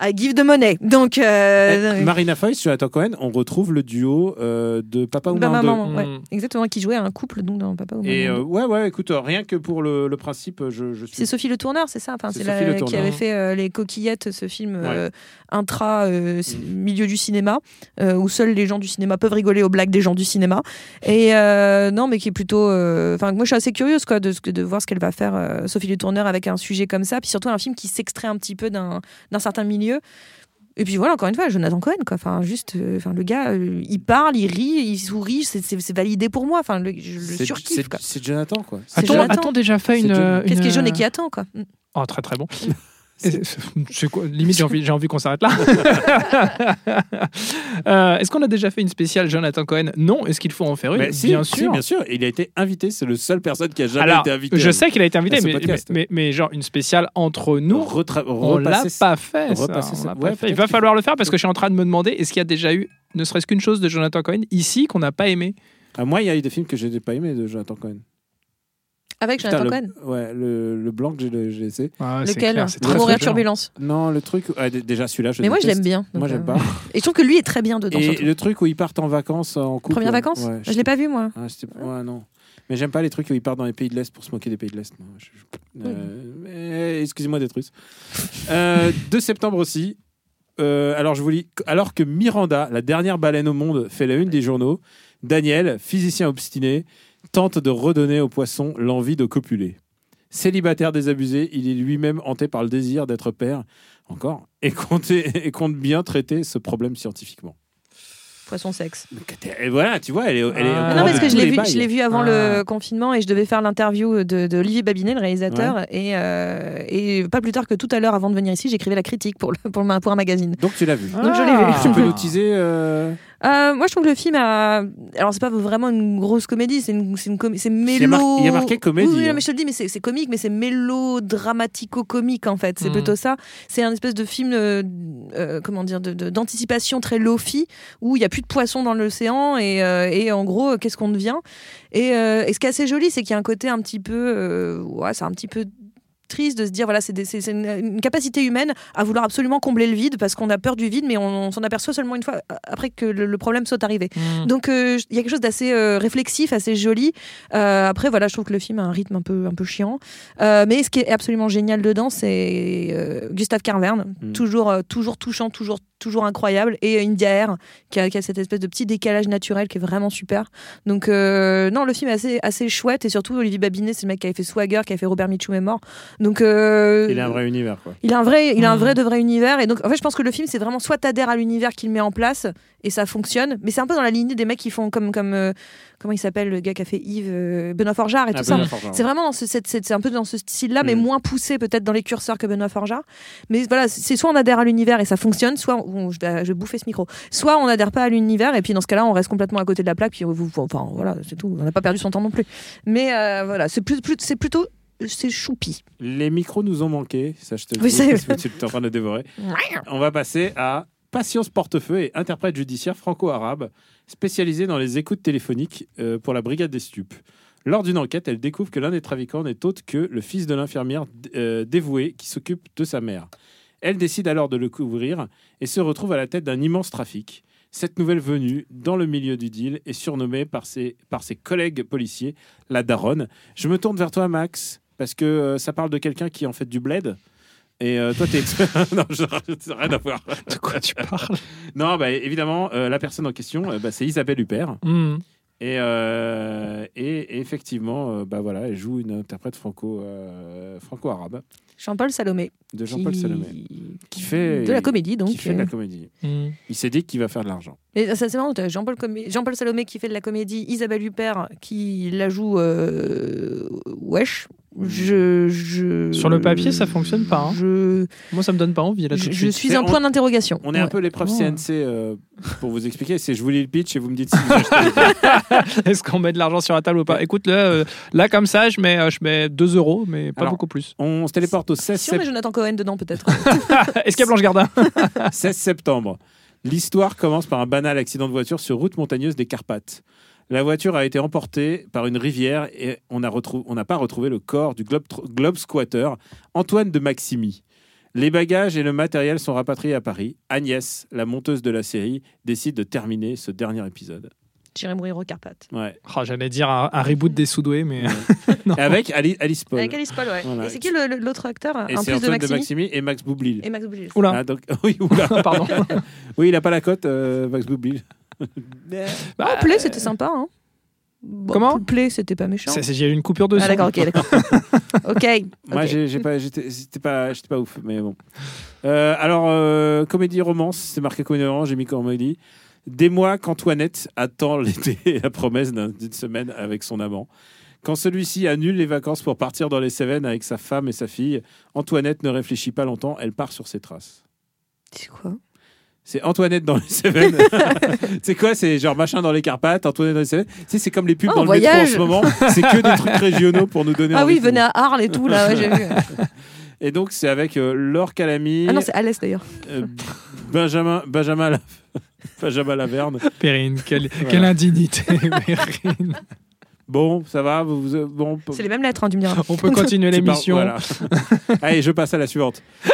à Give de Money. Donc, euh,
Eh, Marina Foïs, Jonathan Cohen, on retrouve le duo euh, de Papa ou
bah,
Maman
maman,
deux. Mm.
ouais, exactement, qui jouait un couple, donc dans Papa ou
Et
Maman
euh, ouais, ouais, écoute, euh, rien que pour le, le principe, euh, je, je suis.
C'est Sophie Le Tourneur, c'est ça enfin,
C'est
C'est la-
Sophie Le
qui
Tourneur.
avait fait euh, Les Coquillettes, ce film euh,
Ouais. Mm.
intra euh, c- milieu du cinéma, euh, où seuls les gens du cinéma peuvent rigoler aux blagues des gens du cinéma. Et euh, non, mais qui est plutôt. euh, Enfin, moi, je suis assez curieuse quoi, de, ce que- de voir ce qu'elle va faire, euh, Sophie Le Tourneur, avec un sujet comme ça. Puis surtout, un film qui s'extrait un petit peu d'un d'un certain milieu. Et puis voilà, encore une fois, Jonathan Cohen, quoi. Enfin, juste, euh, enfin, le gars, euh, il parle, il rit, il sourit, c'est- c'est c'est validé pour moi. Enfin, le- je le
C'est-
surkiffe,
c'est-
quoi.
C'est Jonathan, quoi.
C'est
a-t-on-
Jonathan.
a-t-on déjà fait
C'est
une,
John.
euh,
Qu'est-ce qui est
une,
jaune et
euh,
qui attend, quoi. Mm.
Oh, très très bon. Et c'est- c'est quoi- limite, j'ai envie, j'ai envie qu'on s'arrête là. Euh, Est-ce qu'on a déjà fait une spéciale Jonathan Cohen Non. Est-ce qu'il faut en faire une
Mais si,
Bien
si,
sûr.
bien sûr. Il a été invité. C'est le seul personne qui a jamais
Alors,
été invité.
je
à-
sais qu'il a été invité,
à ce
mais, mais,
podcast.
mais- mais genre une spéciale entre nous,
Retra-
on l'a
repasser ça.
pas fait. ça,
Repasser
on
ça.
l'a pas
Ouais,
fait. Il
peut-être
va
qu'il
falloir le faire parce que je suis en train de me demander est-ce qu'il y a déjà eu ne serait-ce qu'une chose de Jonathan Cohen ici qu'on n'a pas aimé
Ah, moi, il y a eu des films que je n'ai pas aimés de Jonathan Cohen.
Avec
Putain,
Jonathan
le-
Cohen.
Ouais, le, le blanc que j'ai- j'ai laissé.
Ah,
Lequel Mourir turbulence.
Non, le truc. ah, d- déjà, celui-là, je
Mais moi, je
déteste.
l'aime bien,
Moi,
donc,
j'aime
euh,
pas.
Et je trouve que lui est très bien dedans.
Et
surtout.
le truc où ils partent en vacances euh, en couple.
Première
là.
vacances
Ouais,
Je l'ai pas vu, moi.
Ah, c'était- ouais, non. Mais j'aime pas les trucs où ils partent dans les pays de l'Est pour se moquer des pays de l'Est. moi. Je- je- euh, mais- Excusez-moi d'être russe. Euh, 2 septembre aussi. euh, alors, je vous lis. Alors que Miranda, la dernière baleine au monde, fait la une des journaux, Daniel, physicien obstiné, tente de redonner aux poissons l'envie de copuler. Célibataire désabusé, il est lui-même hanté par le désir d'être père, encore, et compte, et compte bien traiter ce problème scientifiquement.
Poisson sexe.
Et voilà, tu vois, elle est. Elle est au
Ah.
Mais
courant
non, parce
de
que je
tous
l'ai
les
vu,
bails.
je l'ai vu avant
Ah.
le confinement et je devais faire l'interview de, de Olivier Babinet, le réalisateur. Et, euh, et pas plus tard que tout à l'heure, avant de venir ici, j'écrivais la critique pour, le, pour, le ma- pour un magazine.
Donc tu l'as vu.
Ah.
Donc, je l'ai vu.
Tu peux nous teaser. euh,
Euh, moi, je trouve que le film a. Alors, c'est pas vraiment une grosse comédie, c'est une, c'est une comé- c'est
y a mar-
mélo.
il y a marqué comédie,
Oui, oui, non,
hein.
mais je te le dis, mais c'est c'est comique, mais c'est mélodramatico-comique en fait. C'est
Mhm.
plutôt ça. C'est un espèce de film, euh, euh, comment dire, de- de- d'anticipation très lofi où il y a plus de poissons dans l'océan et, euh, et en gros, euh, qu'est-ce qu'on devient et, euh, et ce qui est assez joli, c'est qu'il y a un côté un petit peu. euh, ouais, c'est un petit peu triste de se dire voilà c'est des- c'est- c'est une, une capacité humaine à vouloir absolument combler le vide parce qu'on a peur du vide mais on, on s'en aperçoit seulement une fois euh, après que le, le problème soit arrivé
Mm.
donc euh, il y a quelque chose d'assez euh, réflexif assez joli Euh, après voilà je trouve que le film a un rythme un peu un peu chiant Euh, mais ce qui est absolument génial dedans c'est euh, Gustave Carverne
Mm.
toujours euh, toujours touchant toujours toujours incroyable et euh, India Air qui a, qui a cette espèce de petit décalage naturel qui est vraiment super donc euh, non le film est assez assez chouette et surtout Olivier Babinet c'est le mec qui avait fait Swagger qui a fait Robert Mitchum est mort donc euh,
Il a un vrai univers, quoi.
il a un vrai, il a un
Hmm.
vrai de vrai univers. Et donc, en fait, je pense que le film, c'est vraiment soit t'adhères à l'univers qu'il met en place et ça fonctionne, mais c'est un peu dans la lignée des mecs qui font comme, comme euh, comment il s'appelle le gars qui a fait Yves, euh, Benoît Forjard et
Ah,
tout
Benoît
ça.
Forjard, Hmm.
C'est
ouais.
vraiment dans ce, c'est, c'est- c'est un peu dans ce style-là, mais moins poussé peut-être dans les curseurs que Benoît Forjard. Mais voilà, c'est soit on adhère à l'univers et ça fonctionne, soit on- je, vais, je vais bouffer ce micro, soit on adhère pas à l'univers et puis dans ce cas-là, on reste complètement à côté de la plaque. Puis on- vous, enfin voilà, c'est tout. On n'a pas perdu son temps non plus. Mais euh, voilà, c'est plus, plus- c'est plutôt, c'est choupi.
Les micros nous ont manqué, ça je te le
Oui,
dis,
c'est-
parce que tu es en train de dévorer. On va passer à Patience Portefeuille et interprète judiciaire franco-arabe, spécialisée dans les écoutes téléphoniques euh, pour la brigade des stupes. Lors d'une enquête, elle découvre que l'un des trafiquants n'est autre que le fils de l'infirmière d- euh, dévouée qui s'occupe de sa mère. Elle décide alors de le couvrir et se retrouve à la tête d'un immense trafic. Cette nouvelle venue dans le milieu du deal est surnommée par ses, par ses collègues policiers la daronne. Je me tourne vers toi, Max, parce que euh, ça parle de quelqu'un qui est en fait du bled. Et euh, toi, t'es. non, je ça n'a rien à voir.
De quoi tu parles
Non, bah, évidemment, euh, la personne en question, euh, bah, c'est Isabelle Huppert.
Hmm.
Et, euh, et effectivement, euh, bah, voilà, elle joue une interprète franco, euh, franco-arabe
Jean-Paul Salomé.
de Jean-Paul
Qui-
Salomé. Qui fait.
de la comédie, donc,
Qui fait de
euh.
la comédie.
Hmm.
Il s'est dit qu'il va faire de l'argent.
Mais ça, c'est marrant. t'as Jean-Paul Comé- Jean-Paul Salomé qui fait de la comédie, Isabelle Huppert qui la joue. euh, Wesh. Je, je-
Sur le papier, ça fonctionne pas. hein. Moi, ça me donne pas envie. Là, tout
Je,
de
je
suite.
suis un point d'interrogation.
On est un
Ouais.
peu l'épreuve
Oh.
CNC euh, pour vous expliquer. C'est je vous lis le pitch et vous me dites si vous achetez.
Est-ce qu'on met de l'argent sur la table ou pas Écoute, là, euh, là, comme ça, je mets, euh, je mets 2 euros, mais pas
Alors,
beaucoup plus.
On se téléporte au 16
Sûr, mais
septembre.
Jonathan Cohen dedans, peut-être.
Est-ce qu'il y a Blanche Gardin
16 septembre. L'histoire commence par un banal accident de voiture sur route montagneuse des Carpates. La voiture a été emportée par une rivière et on n'a retrou- on n'a pas retrouvé le corps du globe, globe squatter Antoine de Maximi. Les bagages et le matériel sont rapatriés à Paris. Agnès, la monteuse de la série, décide de terminer ce dernier épisode.
J'irai mourir au Carpates.
Ouais.
Oh, J'allais dire un, un reboot des Soudoués, mais. Non.
Et avec Ali- Alice Paul.
Avec Alice Paul, ouais.
Voilà.
Et c'est qui le- le- l'autre acteur
Et
En
c'est
plus de
Antoine
Maximi,
de Maximi et Max Boublil.
Et Max Boublil.
Ah, donc, oui, oula.
Pardon.
oui, il n'a pas la cote, euh, Max Boublil.
Bah,
Ah, Play,
Euh,
c'était sympa. Hein. Bon,
Comment
Play, c'était pas méchant.
C'est- c'est- J'ai eu une coupure de
Ah,
son.
d'accord, ok, d'accord. ok.
Moi,
ok.
j'ai- j'ai pas, j'étais c'était pas, j'étais pas ouf, mais bon. Euh, alors, euh, comédie romance, c'est marqué comédie romance, j'ai mis comédie. Des mois qu'Antoinette attend l'été et la promesse d'un- d'une semaine avec son amant. Quand celui-ci annule les vacances pour partir dans les Cévennes avec sa femme et sa fille, Antoinette ne réfléchit pas longtemps, elle part sur ses traces.
C'est quoi
C'est Antoinette dans les Cévennes. c'est quoi C'est genre machin dans les Carpates, Antoinette dans les Cévennes. Tu sais, c'est comme les pubs
Oh,
dans le
voyage.
métro en ce moment. C'est que des trucs régionaux pour nous donner
Ah
envie
oui,
de-
venez à Arles et tout, là, ouais, j'ai vu.
Et donc, c'est avec euh, Laure Calamy.
Ah non, c'est Alès d'ailleurs.
Euh, Benjamin, Benjamin, La- Benjamin Laverne.
Perrine, quelle, quelle indignité, Perrine.
Bon, ça va vous, vous- bon, p-
C'est les mêmes lettres, hein, tu me diras.
On peut continuer
c'est pas-
l'émission.
voilà. Allez, je passe à la suivante.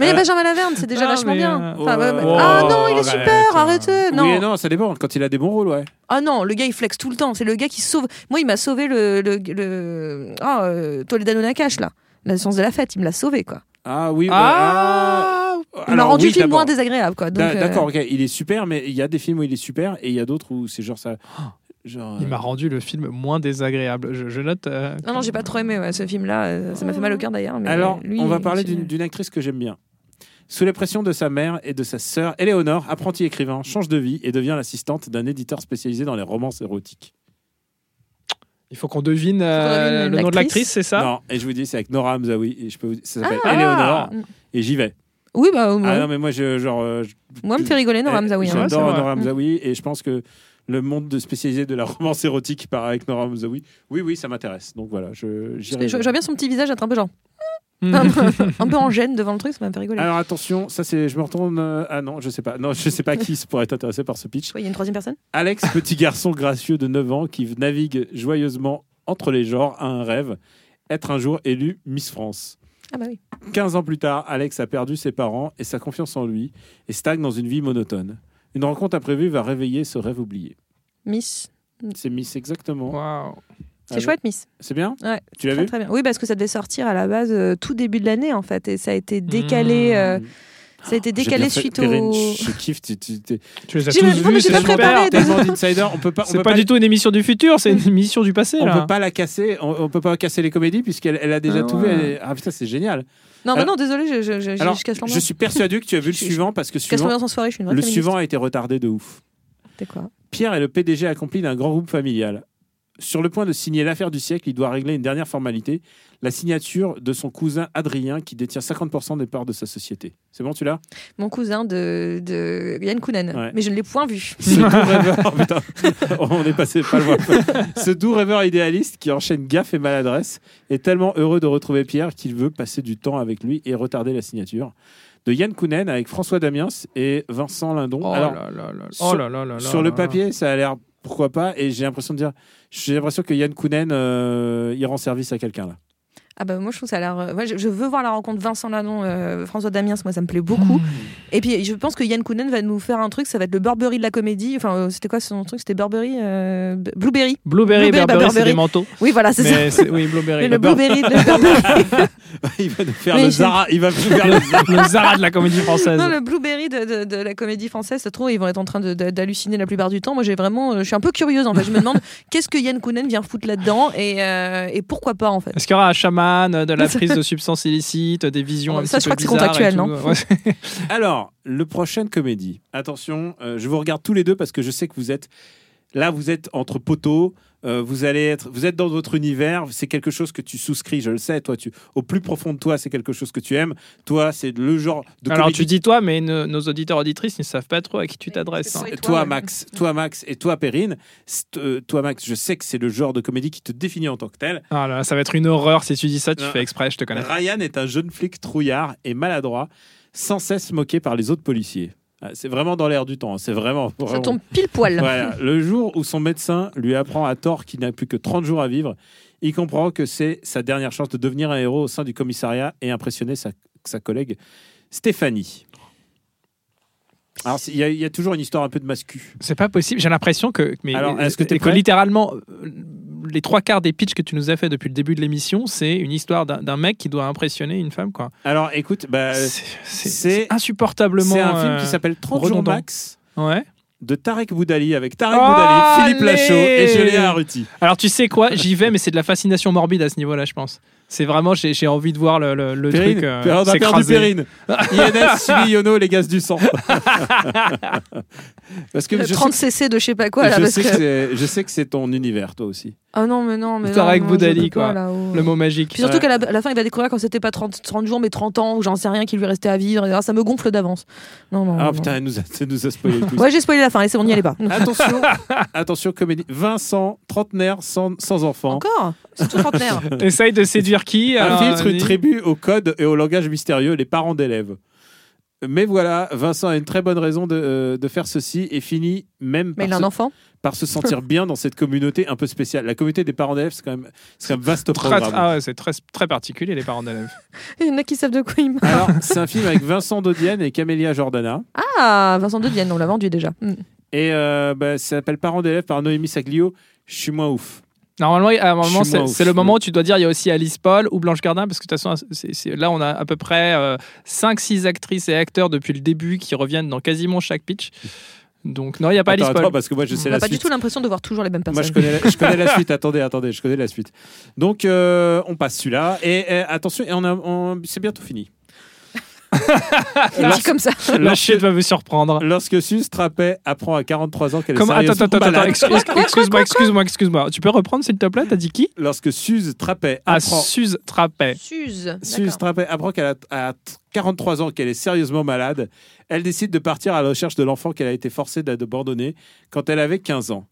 Mais il y a Benjamin Laverne, c'est déjà
Ah,
vachement
mais,
bien.
euh,
Enfin, ouais, ouais.
oh,
ah non, il est
bah,
super,
attends.
arrêtez. Euh, Non.
Oui et non, ça dépend. Quand il a des bons rôles, ouais.
Ah non, le gars il flex tout le temps. C'est le gars qui sauve. Moi, il m'a sauvé le. le, le... Ah, euh, Toledano Nakash, là. La science de la fête, il me l'a sauvé, quoi.
Ah oui. bah,
Ah
ah.
Il m'a
Alors,
rendu
oui,
le film
d'abord.
moins désagréable, quoi. Donc,
D'a-
euh,
D'accord, ok. Il est super, mais il y a des films où il est super et il y a d'autres où c'est genre ça. Genre, euh,
Il m'a rendu le film moins désagréable. Je, je note. euh,
Non, non, j'ai pas trop aimé ouais, ce film-là. euh, Ça m'a fait mal au cœur d'ailleurs. mais euh,
Alors,
lui,
on va
il-
parler
c'est-
d'une d'une actrice que j'aime bien. Sous les pressions de sa mère et de sa sœur, Éléonore, apprentie écrivain, change de vie et devient l'assistante d'un éditeur spécialisé dans les romances érotiques.
Il faut qu'on devine euh,
devine
le nom de
l'actrice.
l'actrice, c'est ça
Non, et je vous dis, c'est avec Nora Hamzaoui. Et je peux vous dire, ça s'appelle
Ah
Éléonore.
Mm.
Et j'y vais.
Oui, bah, moi,
Ah non, mais moi, je, genre. euh, je-
moi, me fait rigoler, non,
euh,
Ramzaoui. hein.
c'est
J'adore
vrai.
Nora Hamzaoui et je pense que le monde de spécialisé de la romance érotique part avec Nora Hamzaoui. Oui, oui, ça m'intéresse. Donc voilà, je- j'irai.
Je- J'aime bien son petit visage être un peu genre.
Mm.
un peu- un peu en gêne devant le truc, ça m'a fait rigoler.
Alors attention, ça c'est. Je me retourne. euh, ah non, je sais pas. Non, je sais pas qui pourrait être intéressé par ce pitch.
Ouais, Il y a une troisième personne
Alex, petit garçon gracieux de 9 ans qui navigue joyeusement entre les genres, a un rêve être un jour élu Miss France.
Ah bah oui.
15 ans plus tard, Alex a perdu ses parents et sa confiance en lui et stagne dans une vie monotone. Une rencontre imprévue va réveiller ce rêve oublié. Ah
Miss.
C'est Miss exactement.
Waouh.
C'est
Avec-
chouette, Miss.
C'est bien
Ouais.
Tu l'as
Très,
vu
très bien. Oui, parce que ça devait sortir à la base euh, tout début de l'année, en fait. Et ça a été décalé. euh, ça a été
Mmh. J'ai
décalé
bien fait,
suite
Perrine,
au.
Je kiffe. Tu, tu- t'es-
Tu les as
J'ai-
tous
non, mais
vus,
j'ai
c'est
pas
super.
préparé, désolé.
tellement d'insider, on peut pas. on
C'est
peut
pas
pas
du tout une émission du futur, c'est une émission du passé.
On
là. hein.
peut pas la casser, on, on peut pas casser les comédies puisqu'elle elle a déjà
Ah
tout
ouais.
vu. elle- Ah putain, c'est génial.
Non, bah
Alors-
non, désolé, je, je, je,
Alors,
je casse l'ambiance.
je suis persuadé que tu as vu le
Je- je-
suivant parce que
Je casse
suivant,
l'ambiance en soirée, je suis une vraie
le
féministe.
suivant a été retardé de ouf.
T'es quoi
Pierre est le PDG accompli d'un grand groupe familial. Sur le point de signer l'affaire du siècle, il doit régler une dernière formalité, la signature de son cousin Adrien qui détient 50% des parts de sa société. C'est bon, tu l'as
Mon cousin de, de Yann Kounen.
Ouais.
Mais je ne l'ai point vu.
Ce doux rêveur, Oh, putain, on est passé pas loin. Ce doux rêveur idéaliste qui enchaîne gaffe et maladresse est tellement heureux de retrouver Pierre qu'il veut passer du temps avec lui et retarder la signature. De Yann Kounen avec François Damiens et Vincent Lindon.
Oh
Alors,
là là là.
sur-
Oh là là là là
sur le
là.
papier, ça a l'air pourquoi pas, et j'ai l'impression de dire, j'ai l'impression que Yann Kounen, euh, il rend service à quelqu'un là.
Ah bah moi je trouve ça a l'air. euh, moi, je, je veux voir la rencontre Vincent Lannon, euh, François Damiens, moi ça me plaît beaucoup. Et puis je pense que Yann Kounen va nous faire un truc, ça va être le Burberry de la comédie. Enfin euh, c'était quoi son truc C'était Burberry, euh, B- Blueberry. Blueberry,
Blueberry, Burberry,
Burberry.
c'est des manteaux.
Oui voilà c'est
Mais
ça.
c'est- oui, Blueberry.
Mais le
Burberry.
Blueberry, le Burberry,
Il va nous faire
Mais
le
je-
Zara, il va nous faire le Zara.
le Zara de la comédie française.
non, le Blueberry de, de- de la comédie française, ça se trouve ils vont être en train de- de- d'halluciner la plupart du temps. Moi j'ai vraiment, euh, je suis un peu curieuse en fait. Je me demande qu'est-ce que Yann Kounen vient foutre là-dedans et, euh, et pourquoi pas en fait.
Est-ce qu'il y aura un chaman marijuane, de la prise de substances illicites, des visions un
Ça,
petit
je crois
peu
que c'est
bizarres
contractuel,
et tout. euh,
non
Ouais.
Alors, le prochaine comédie. Attention, euh, je vous regarde tous les deux parce que je sais que vous êtes là, vous êtes entre poteaux. euh, vous allez être, vous êtes dans votre univers. C'est quelque chose que tu souscris, je le sais. Toi, tu, au plus profond de toi, c'est quelque chose que tu aimes. Toi, c'est le genre de.
Alors
comédie-
tu dis toi, mais ne- nos auditeurs auditrices ne savent pas trop à qui tu t'adresses. hein.
toi, Max, toi Max et toi Perrine, C'est, euh, toi Max, je sais que c'est le genre de comédie qui te définit en tant que tel.
Ah là là, ça va être une horreur si tu dis ça, tu
Non.
fais exprès, je te connais.
Ryan est un jeune flic trouillard et maladroit, sans cesse moqué par les autres policiers. Ah, C'est vraiment dans l'air du temps. hein. C'est vraiment.
Ça
vraiment-
tombe pile poil.
Voilà. Le jour où son médecin lui apprend à tort qu'il n'a plus que 30 jours à vivre, il comprend que c'est sa dernière chance de devenir un héros au sein du commissariat et impressionner sa, sa collègue Stéphanie. Alors, c'est- il y, a- il y a toujours une histoire un peu de mascu.
C'est pas possible, j'ai l'impression que, mais,
Alors, est-ce que t'es
et
prêt
littéralement, euh, les trois quarts des pitchs que tu nous as fait depuis le début de l'émission, c'est une histoire d'un d'un mec qui doit impressionner une femme. quoi.
Alors, écoute, bah,
C'est insupportablement.
C'est un film
euh,
qui s'appelle 30 jours
redondant.
max
Ouais.
de Tarek Boudali avec Tarek
Oh,
Boudali, Philippe
Allez
Lachaud et Julien Arruti.
Alors tu sais quoi, j'y vais, mais c'est de la fascination morbide à ce niveau-là, je pense. C'est vraiment, j'ai j'ai envie de voir le, le, le
Perrine,
truc. euh,
on a perdu
s'écraser.
Perrine. INS, Subi Yono, les gaz du sang. Parce que
Le
je
30
sais,
cc de je sais pas quoi là.
je,
parce
sais que...
que-
c'est- je sais que c'est ton univers, toi aussi.
Ah non, mais non, mais.
Histoire
non,
avec
non, je
Boudali,
peux pas,
quoi.
là, oh.
Le mot magique.
Puis surtout qu'à la, à la fin, il va découvrir quand c'était pas 30, 30 jours, mais 30 ans, ou j'en sais rien, qu'il lui restait à vivre. etc. Ça me gonfle d'avance. Non, non.
Ah
non.
putain, Ah, elle nous a, elle nous a spoilé le twist.
Ouais, j'ai spoilé la fin, allez, c'est bon, n'y allez pas.
Attention, attention, comédie. Vincent, trentenaire, sans, sans enfant.
Encore C'est tout trentenaire.
Essaye de séduire qui
Un
alors,
filtre
dis-
tribut au code et au langage mystérieux, les parents d'élèves. Mais voilà, Vincent a une très bonne raison de, euh, de faire ceci et finit même
Mais il a
se-
un enfant
par se sentir bien dans cette communauté un peu spéciale. La communauté des parents d'élèves, c'est quand même, c'est quand même vaste
Très-
programme.
ah ouais, c'est très, très particulier, les parents d'élèves.
Il y en a qui savent de quoi ils parlent.
Alors, c'est un film avec Vincent Dodienne et Camélia Jordana.
Ah, Vincent de Dienne, on l'a vendu déjà. Mm.
Et euh, bah, ça s'appelle Parents d'élèves par Noémie Saglio. Je suis moins ouf.
Normalement, à un moment,
Je suis
c'est
moins
c'est
ouf,
le moment
ouais.
où tu dois dire il y a aussi Alice Paul ou Blanche Gardin, parce que de toute façon, c'est- c'est- là, on a à peu près 5-6 actrices et acteurs depuis le début qui reviennent dans quasiment chaque pitch. Donc, non, il n'y a pas
Attends,
Alice Paul.
attends, parce que moi, je sais
On
la
n'a pas
suite.
du tout l'impression de voir toujours les mêmes personnes.
Moi, je connais, la, je connais la suite. Attendez, attendez, je connais la suite. Donc, euh, on passe celui-là. Et, euh, attention, et on a- on- c'est bientôt fini.
Il dit comme ça.
bah,
La chute va me surprendre.
Lorsque Sus Trappet apprend à 43 ans qu'elle est
Comment- attends,
sérieusement
attends, attends,
malade-
excuse- excuse-moi, excuse-moi, excuse-moi. Tu peux reprendre, s'il te plaît T'as dit qui
Lorsque Suze Trappet
Ah,
apprend...
Suze Trappet.
Suze.
Suze Trappet apprend qu'elle a, à 43 ans qu'elle est sérieusement malade. Elle décide de partir à la recherche de l'enfant qu'elle a été forcée d'abandonner quand elle avait 15 ans.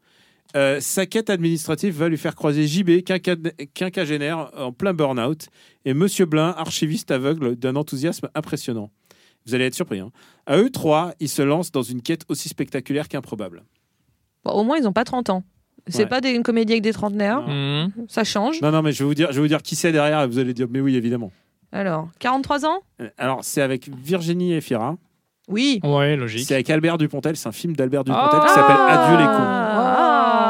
Euh, sa quête administrative va lui faire croiser JB, quinquad- quinquagénaire en plein burn-out, et Monsieur Blin, archiviste aveugle d'un enthousiasme impressionnant. Vous allez être surpris. hein. À eux trois, ils se lancent dans une quête aussi spectaculaire qu'improbable.
Bon, au moins, ils n'ont pas 30 ans. C'est
Ouais.
pas des, une comédie avec des trentenaires.
Ah.
Hmm.
Ça change.
Non, non, mais je vais vous dire, je vais vous dire qui c'est derrière et vous allez dire, mais oui, évidemment.
Alors, 43 ans
Euh, Alors, c'est avec Virginie Efira.
Oui.
Ouais, logique.
C'est avec Albert Dupontel. C'est un film d'Albert Dupontel
Ah.
qui s'appelle Adieu les cons.
Ah.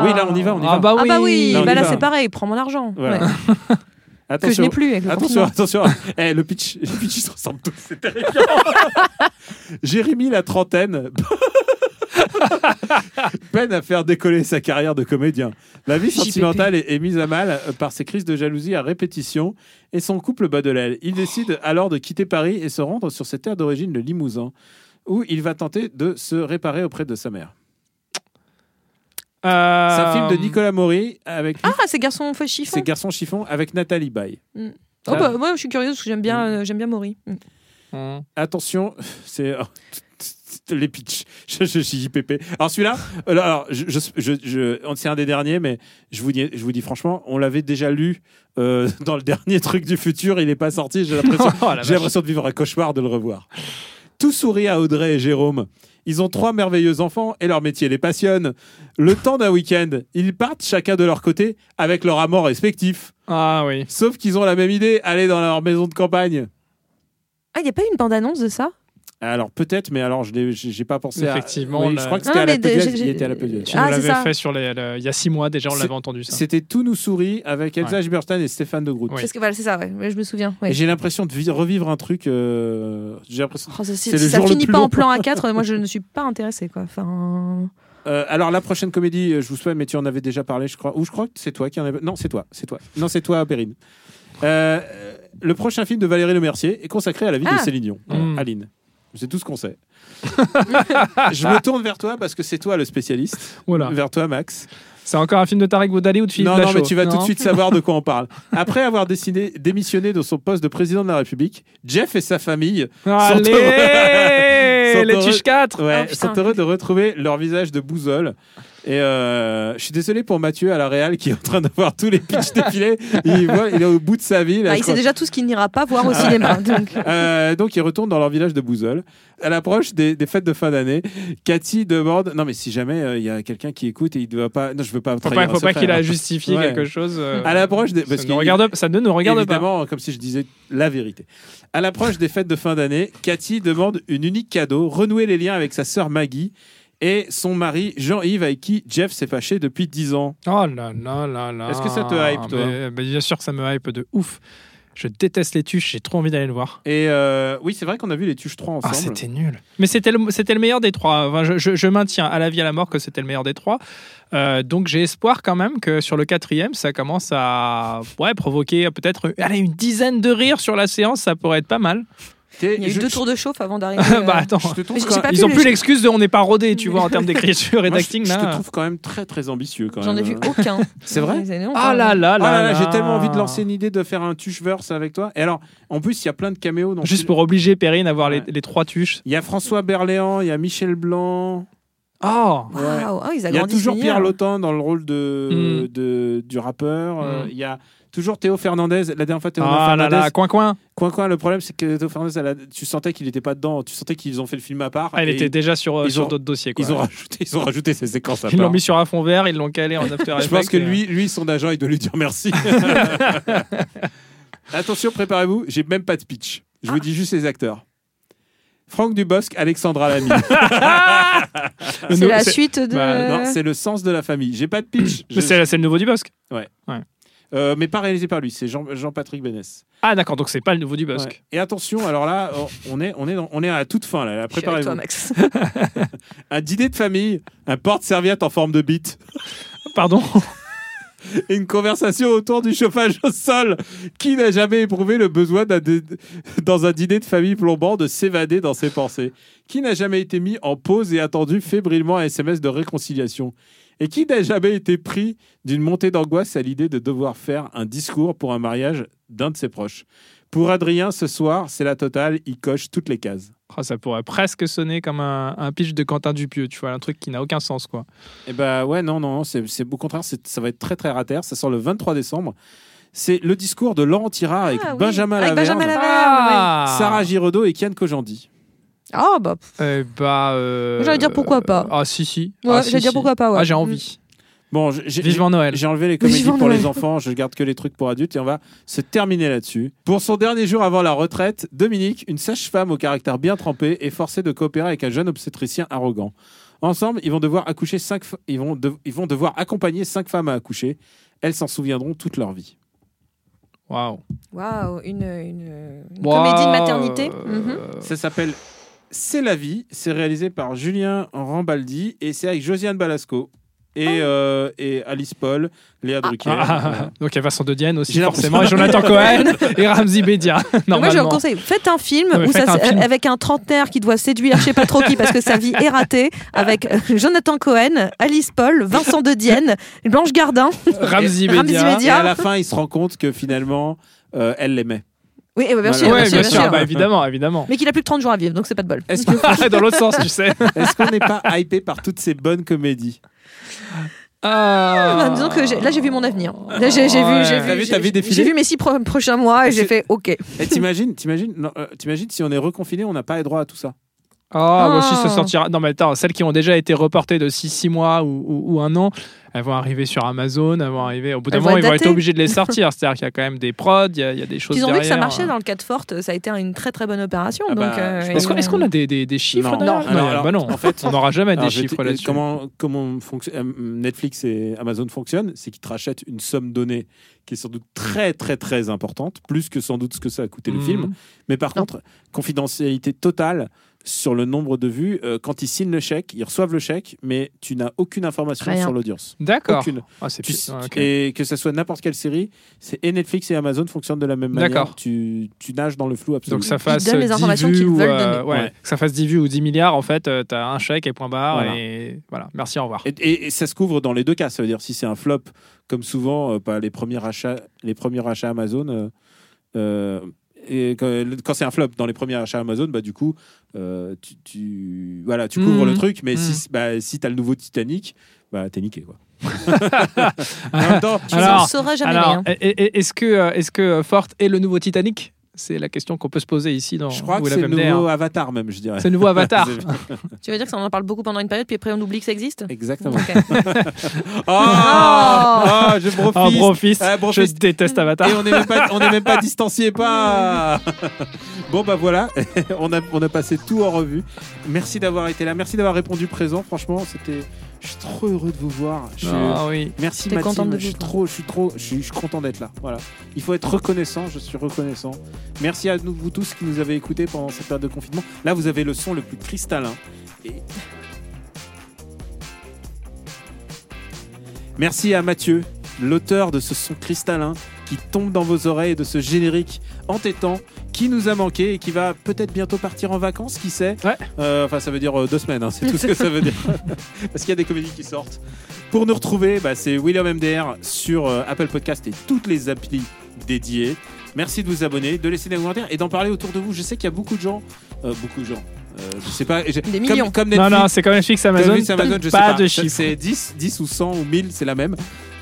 Oui, là, on y va, on y va.
Ah bah
Ah
oui,
bah oui,
Là, on
bah
y
là
va.
c'est pareil, prends mon argent.
Voilà.
Ouais.
Attention.
Que je n'ai plus avec le
Attention,
confinement.
attention. Eh, le pitch, les pitchs, ils se ressemblent tous. C'est terrifiant. Jérémy, la trentaine, peine à faire décoller sa carrière de comédien. La vie
JPP.
sentimentale est, est mise à mal par ses crises de jalousie à répétition et son couple bat de l'aile. Il décide alors de quitter Paris et se rendre sur ses terres d'origine, le Limousin, où il va tenter de se réparer auprès de sa mère.
Euh,
C'est un film de Nicolas Maury avec
Ah, ces garçons fait chiffon.
ses garçons chiffons avec Nathalie Baye.
Mm. Oh bah, moi je suis curieuse parce que j'aime bien, euh, j'aime bien Maury. Mm.
Hmm.
Attention, c'est oh, les pitchs. Je je suis JPP. Alors celui-là, euh, là, alors, je, je, je, je- c'est un des derniers, mais je vous dis, je vous dis franchement, on l'avait déjà lu euh, dans le dernier truc du futur. Il n'est pas sorti. J'ai l'impression,
Oh,
j'ai
la vache.
l'impression de vivre un cauchemar de le revoir. Tout sourit à Audrey et Jérôme. Ils ont trois merveilleux enfants et leur métier les passionne. Le temps d'un week-end, ils partent chacun de leur côté avec leurs amants respectifs.
Ah oui.
Sauf qu'ils ont la même idée, aller dans leur maison de campagne.
Ah, il n'y a pas eu une bande-annonce de ça
Alors peut-être, mais alors je n'ai j'ai pas pensé à-
Effectivement,
oui,
la-
je crois que
Non,
c'était à
mais
la
de-
Podiat,
j'ai-
il était à la Podiat.
Tu nous Ah, c'est l'avais ça. fait sur les- le- il y a six mois déjà, on
C'est-
l'avait entendu, ça.
C'était Tout nous sourit avec Elsa
Ouais.
Gibberstein et Stéphane de Groot.
Parce que voilà, c'est ça, ouais. Mais je me souviens. ouais.
Et j'ai l'impression de vi- revivre un truc. euh, J'ai l'impression.
Oh, ça, si
c'est le
si ça
jour le
finit
plus
pas
long.
en plan A4, moi je ne suis pas intéressée quoi. Enfin, bah,
Euh, alors la prochaine comédie, euh, je vous souhaite, mais tu en avais déjà parlé, je crois. Ou je crois que c'est toi qui en avais. Non, c'est toi, c'est toi. Non, c'est toi, Perrine. Euh, euh, le prochain film de Valérie Lemercier est consacré à la vie
Ah.
de Céline Dion. Voilà,
Mm.
Aline. C'est tout ce qu'on sait. je me tourne vers toi parce que c'est toi le spécialiste.
Voilà.
Vers toi, Max.
C'est encore un film de Tarek Boudali ou de Philippe
Non, non,
Lachaud
mais tu vas tout
Non
de suite savoir de quoi on parle. Après avoir décidé, démissionné de son poste de président de la République, Jeff et sa famille
Allez,
heureux-
les
sont heureux-
Tiches
Oh,
4.
ouais,
Ah, putain.
euh, sont heureux de retrouver leur visage de bousole. Et euh, je suis désolé pour Mathieu à la Real qui est en train de voir tous les pitchs défilés. Il, voit, il est au bout de sa vie. là,
bah,
je
il sait
crois. Ah.
déjà tout ce qu'il n'ira pas voir au cinéma. Donc,
Euh, donc ils retournent dans leur village de Bouzol. À l'approche des, des fêtes de fin d'année, Cathy demande non mais si jamais euh, il y a quelqu'un qui écoute et il doit pas, non je veux pas.
Faut
trahir
pas,
un
faut pas
secret,
qu'il a
hein.
justifié
Ouais.
quelque chose. euh,
À l'approche des, parce
ça,
qu'il-
ne regarde, ça ne nous regarde pas.
Évidemment, comme si je disais la vérité. À l'approche des fêtes de fin d'année, Cathy demande une unique cadeau, renouer les liens avec sa sœur Maggie et son mari Jean-Yves avec qui Jeff s'est fâché depuis 10 ans.
Oh là là là là.
Est-ce que ça te hype, toi
Mais, bah, Bien sûr que ça me hype de ouf. Je déteste les tuches, j'ai trop envie d'aller le voir.
Et euh, oui, c'est vrai qu'on a vu les Tuches 3 ensemble.
Ah, c'était nul. Mais c'était le, c'était le meilleur des trois. Enfin, je, je- je maintiens à la vie à la mort que c'était le meilleur des trois. Euh, donc j'ai espoir quand même que sur le quatrième, ça commence à ouais, provoquer peut-être allez, une dizaine de rires sur la séance. Ça pourrait être pas mal.
il y a eu deux tours de chauffe avant d'arriver.
Ah, bah
euh,
attends,
Mais j'ai
Ah,
pas
ils
pu
ont
le-
plus l'excuse de on n'est pas rodé, tu vois, en termes d'écriture et
Moi, je-
d'acting.
Je,
là.
te trouve quand même très très ambitieux quand
J'en ai
même,
vu
hein.
aucun.
C'est vrai
C'est énorme,
Ah
quand
là
même.
là
Ah
là
là là,
là.
j'ai tellement envie de lancer une idée de faire un Tucheverse avec toi. Et alors, en plus, il y a plein de caméos. Dans
Juste pour obliger Perrine à voir les, les trois tuches.
Il y a François Berléand, il y a Michel Blanc.
Oh
Waouh, ah, ils
Il y a
agrandissent
toujours
les
Pierre
liens.
Lotan dans le rôle de, de- du rappeur. Euh,
Mm.
Il y a toujours Théo Fernandez. La dernière fois, Théo
Ah là
Fernandez.
là, coin coin.
Coin coin. Le problème, c'est que Théo Fernandez, elle a- tu sentais qu'il n'était pas dedans. Tu sentais qu'ils ont fait le film à part.
Ah, il
Et
était déjà sur, euh,
ils
sur
ont-
d'autres dossiers. quoi.
Ils ont rajouté, ils ont rajouté ces séquences à
Ils l'ont
part.
mis sur un fond vert, ils l'ont calé en After Effects.
Je pense que
et, euh,
lui, lui, son agent, il doit lui dire merci. Attention, préparez-vous, j'ai même pas de pitch. Je vous dis juste les acteurs. Franck Dubosc, Alexandra Lamy.
euh,
C'est la suite de-
Ah, Bah, non, c'est le sens de la famille. J'ai pas de pitch.
Mais c'est c'est le nouveau du Bosque.
Ouais.
Ouais.
Euh, mais pas réalisé par lui, c'est Jean- Jean-Patrick Bénès.
Ah d'accord, donc c'est pas le nouveau du Bosque.
Ouais. Et attention, alors là, on est, on est, dans- on est à la toute fin. Là.
Je suis avec
Préparez-vous.
toi, Max.
Un dîner de famille, un porte-serviette en forme de bite.
Pardon
Et une conversation autour du chauffage au sol. Qui n'a jamais éprouvé le besoin d'un dé- dans un dîner de famille plombant de s'évader dans ses pensées Qui n'a jamais été mis en pause et attendu fébrilement un SMS de réconciliation Et qui n'a jamais été pris d'une montée d'angoisse à l'idée de devoir faire un discours pour un mariage d'un de ses proches Pour Adrien, ce soir, c'est la totale, il coche toutes les cases.
Oh, ça pourrait presque sonner comme un, un pitch de Quentin Dupieux, tu vois, un truc qui n'a aucun sens quoi.
Eh bah ouais, non, non, c'est c'est- au contraire, c'est- ça va être très très rater. Ça sort le 23 décembre. C'est le discours de Laurent Tirard avec
Ah oui,
Benjamin
avec
Laverne,
Benjamin Laverne,
Ah
Sarah Giraudot et Kian Kojandi.
Ah bah, pff,
Eh bah. euh,
J'allais dire pourquoi pas.
Ah si si.
Ouais,
Ah, si,
j'allais dire
si.
pourquoi pas, ouais. Mm.
Ah j'ai envie.
Bon, j'ai- j'ai-
Vivement Noël.
J'ai enlevé les comédies
Vivement
pour
Noël.
les enfants, je garde que les trucs pour adultes et on va se terminer là-dessus. Pour son dernier jour avant la retraite, Dominique, une sage-femme au caractère bien trempé, est forcée de coopérer avec un jeune obstétricien arrogant. Ensemble, ils vont devoir accoucher cinq, fe- ils vont, de- ils vont devoir accompagner cinq femmes à accoucher. Elles s'en souviendront toute leur vie.
Waouh.
waouh, une, une- une
Waouh.
comédie de maternité.
Euh,
Mhm.
Ça s'appelle C'est la vie. C'est réalisé par Julien Rambaldi et c'est avec Josiane Balasco et, euh, et Alice Paul, Léa Drucker.
Ah, ah, ah.
Voilà.
Donc il y a Vincent de Dienne aussi
J'ai l'impression-
forcément, et Jonathan Cohen et Ramzi Bedia.
Mais Moi, je vous
normalement.
conseille, faites un film,
Non, mais
où ça
faites un
se-
film.
avec un trentenaire qui doit séduire je sais pas trop qui parce que sa vie est ratée, avec euh, Jonathan Cohen, Alice Paul, Vincent de Dienne, Blanche Gardin,
Et-
Ramzi Bedia.
Et à la fin, il se rend compte que finalement, euh, elle l'aimait.
Oui, eh ben, bien,
Voilà.
sûr,
Ouais,
bien sûr, bien sûr.
bah, évidemment, évidemment.
Mais qu'il a plus que 30 jours à vivre, donc c'est pas de bol.
Est-ce que-
Dans l'autre sens, tu sais.
Est-ce qu'on n'est pas hypé par toutes ces bonnes comédies
Ah, bah, disons que j'ai- là j'ai vu mon avenir. Là j'ai j'ai vu, j'ai
T'as
vu,
vu ta vie
j'ai-
défiler
j'ai vu mes six pro- prochains mois et j'ai
C'est-
fait OK.
Eh, Et t'imagines, t'imagines, non, euh, t'imagines si on est reconfiné, on n'a pas les droits à tout ça.
Ah, moi aussi,
Ah.
ça sortira. Non, mais attends, celles qui ont déjà été reportées de 6 mois ou, ou- ou un an, elles vont arriver sur Amazon, elles vont arriver. Au bout d'un
Elles vont
moment,
être
ils vont être
datées.
obligés de les sortir. C'est-à-dire qu'il y a quand même des prods, il y, a il y a des choses
Ils ont vu que ça
derrière.
marchait dans le cas de Forte, ça a été une très très bonne opération.
Ah bah,
donc, euh,
je pense
ils
qu'on-
ont-
Est-ce qu'on a des, des- des chiffres
Non,
d'ailleurs
non, alors, alors,
bah non.
en fait,
on n'aura jamais
Alors,
des
je vais
chiffres
te-
là-dessus.
Comment, comment fonctionne- euh, Netflix et Amazon fonctionnent C'est qu'ils te rachètent une somme donnée qui est sans doute très, très, très importante, plus que sans doute ce que ça a coûté le
Mhm.
film. Mais par contre, confidentialité totale sur le nombre de vues. Euh, quand ils signent le chèque, ils reçoivent le chèque, mais tu n'as aucune information
Rien.
sur l'audience.
D'accord.
Aucune.
Ah, c'est
Tu-
plus- ah, ok.
Et que ça soit n'importe quelle série, c'est et Netflix et Amazon fonctionnent de la même manière.
D'accord.
Tu, tu nages dans le flou absolu.
Donc ça fasse 10 vues ou, euh, ouais,
Ouais.
que ça fasse 10 vues ou 10 milliards, en fait, euh, t'as un chèque et point barre.
Voilà.
Et voilà, merci, au revoir.
Et, et- et ça se couvre dans les deux cas. Ça veut dire si c'est un flop, comme souvent, euh, pas les premiers achats, les premiers achats Amazon. euh, euh, et quand, quand c'est un flop dans les premiers achats Amazon, bah du coup, euh, tu, tu- voilà, tu couvres
Mhm.
le truc. Mais
Mhm.
si, bah, si t'as le nouveau Titanic, bah t'es niqué quoi. en même temps,
Tu en sauras jamais
alors,
rien. hein.
et- et- et- Est-ce que, euh, est-ce que euh, Fort est le nouveau Titanic C'est la question qu'on peut se poser ici dans
je crois que
Will
c'est le
FM Day,
nouveau
hein.
Avatar même, je dirais.
C'est le nouveau Avatar.
Tu veux dire que ça on en parle beaucoup pendant une période, puis après on oublie que ça existe
Exactement.
Ok.
Ah, je brofiste.
Oh, brofiste.
Ah,
Je déteste Avatar.
Et on n'est même pas, on est même pas distancié, pas. bon bah voilà, on a, on a passé tout en revue. Merci d'avoir été là, merci d'avoir répondu présent. Franchement, c'était, je suis trop heureux de vous voir. Je suis-
Ah oui.
Merci
T'es
Maxime,
contente de
je
vous
suis
voir.
trop, je suis trop, je suis, je suis content d'être là. Voilà, il faut être reconnaissant, je suis reconnaissant. Merci à nous vous tous qui nous avez écoutés pendant cette période de confinement. Là, vous avez le son le plus cristallin. Et- Merci à Mathieu, l'auteur de ce son cristallin qui tombe dans vos oreilles et de ce générique entêtant qui nous a manqué et qui va peut-être bientôt partir en vacances, qui sait Euh, Enfin, ça veut dire euh, deux semaines, hein, c'est tout ce que ça veut dire. Parce qu'il y a des comédies qui sortent. Pour nous retrouver, bah, c'est William MDR sur euh, Apple Podcast et toutes les applis dédiées. Merci de vous abonner, de laisser des commentaires et d'en parler autour de vous. Je sais qu'il y a beaucoup de gens, euh, beaucoup de gens. euh, je sais pas, j'ai-
Des
comme-
millions.
Comme,
Non,
Netflix,
non, c'est comme Netflix, Amazon,
Netflix, Amazon, je sais
pas
pas
de
Ça-
chiffres. Ah,
C'est 10, 10 ou 100 ou 1000, c'est la même.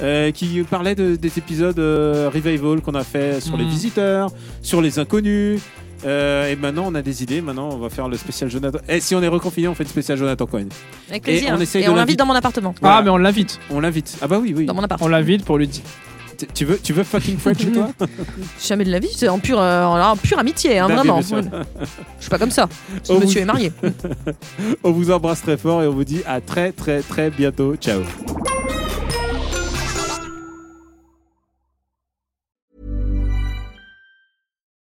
euh, qui parlait de- des épisodes euh, Revival qu'on a fait sur les
Mm.
visiteurs, sur les inconnus. Euh, et maintenant, on a des idées. Maintenant, on va faire le spécial Jonathan. Et si on est reconfiné, on fait le spécial Jonathan Cohen.
Avec
Et
plaisir.
on essaye
Et
de
on l'invite
l'inviter.
dans mon appartement.
Ah, mais on l'invite.
On l'invite. Ah bah oui, oui.
Dans mon appart.
On l'invite pour lui dire.
Tu- Tu veux, tu veux fucking French toi
Jamais de la vie, c'est en pure, euh, en pure amitié, hein,
Bah,
vraiment.
bien sûr.
Je suis pas comme ça. Ce
Oh,
monsieur
vous-
est marié.
on vous embrasse très fort et on vous dit à très très très bientôt. Ciao.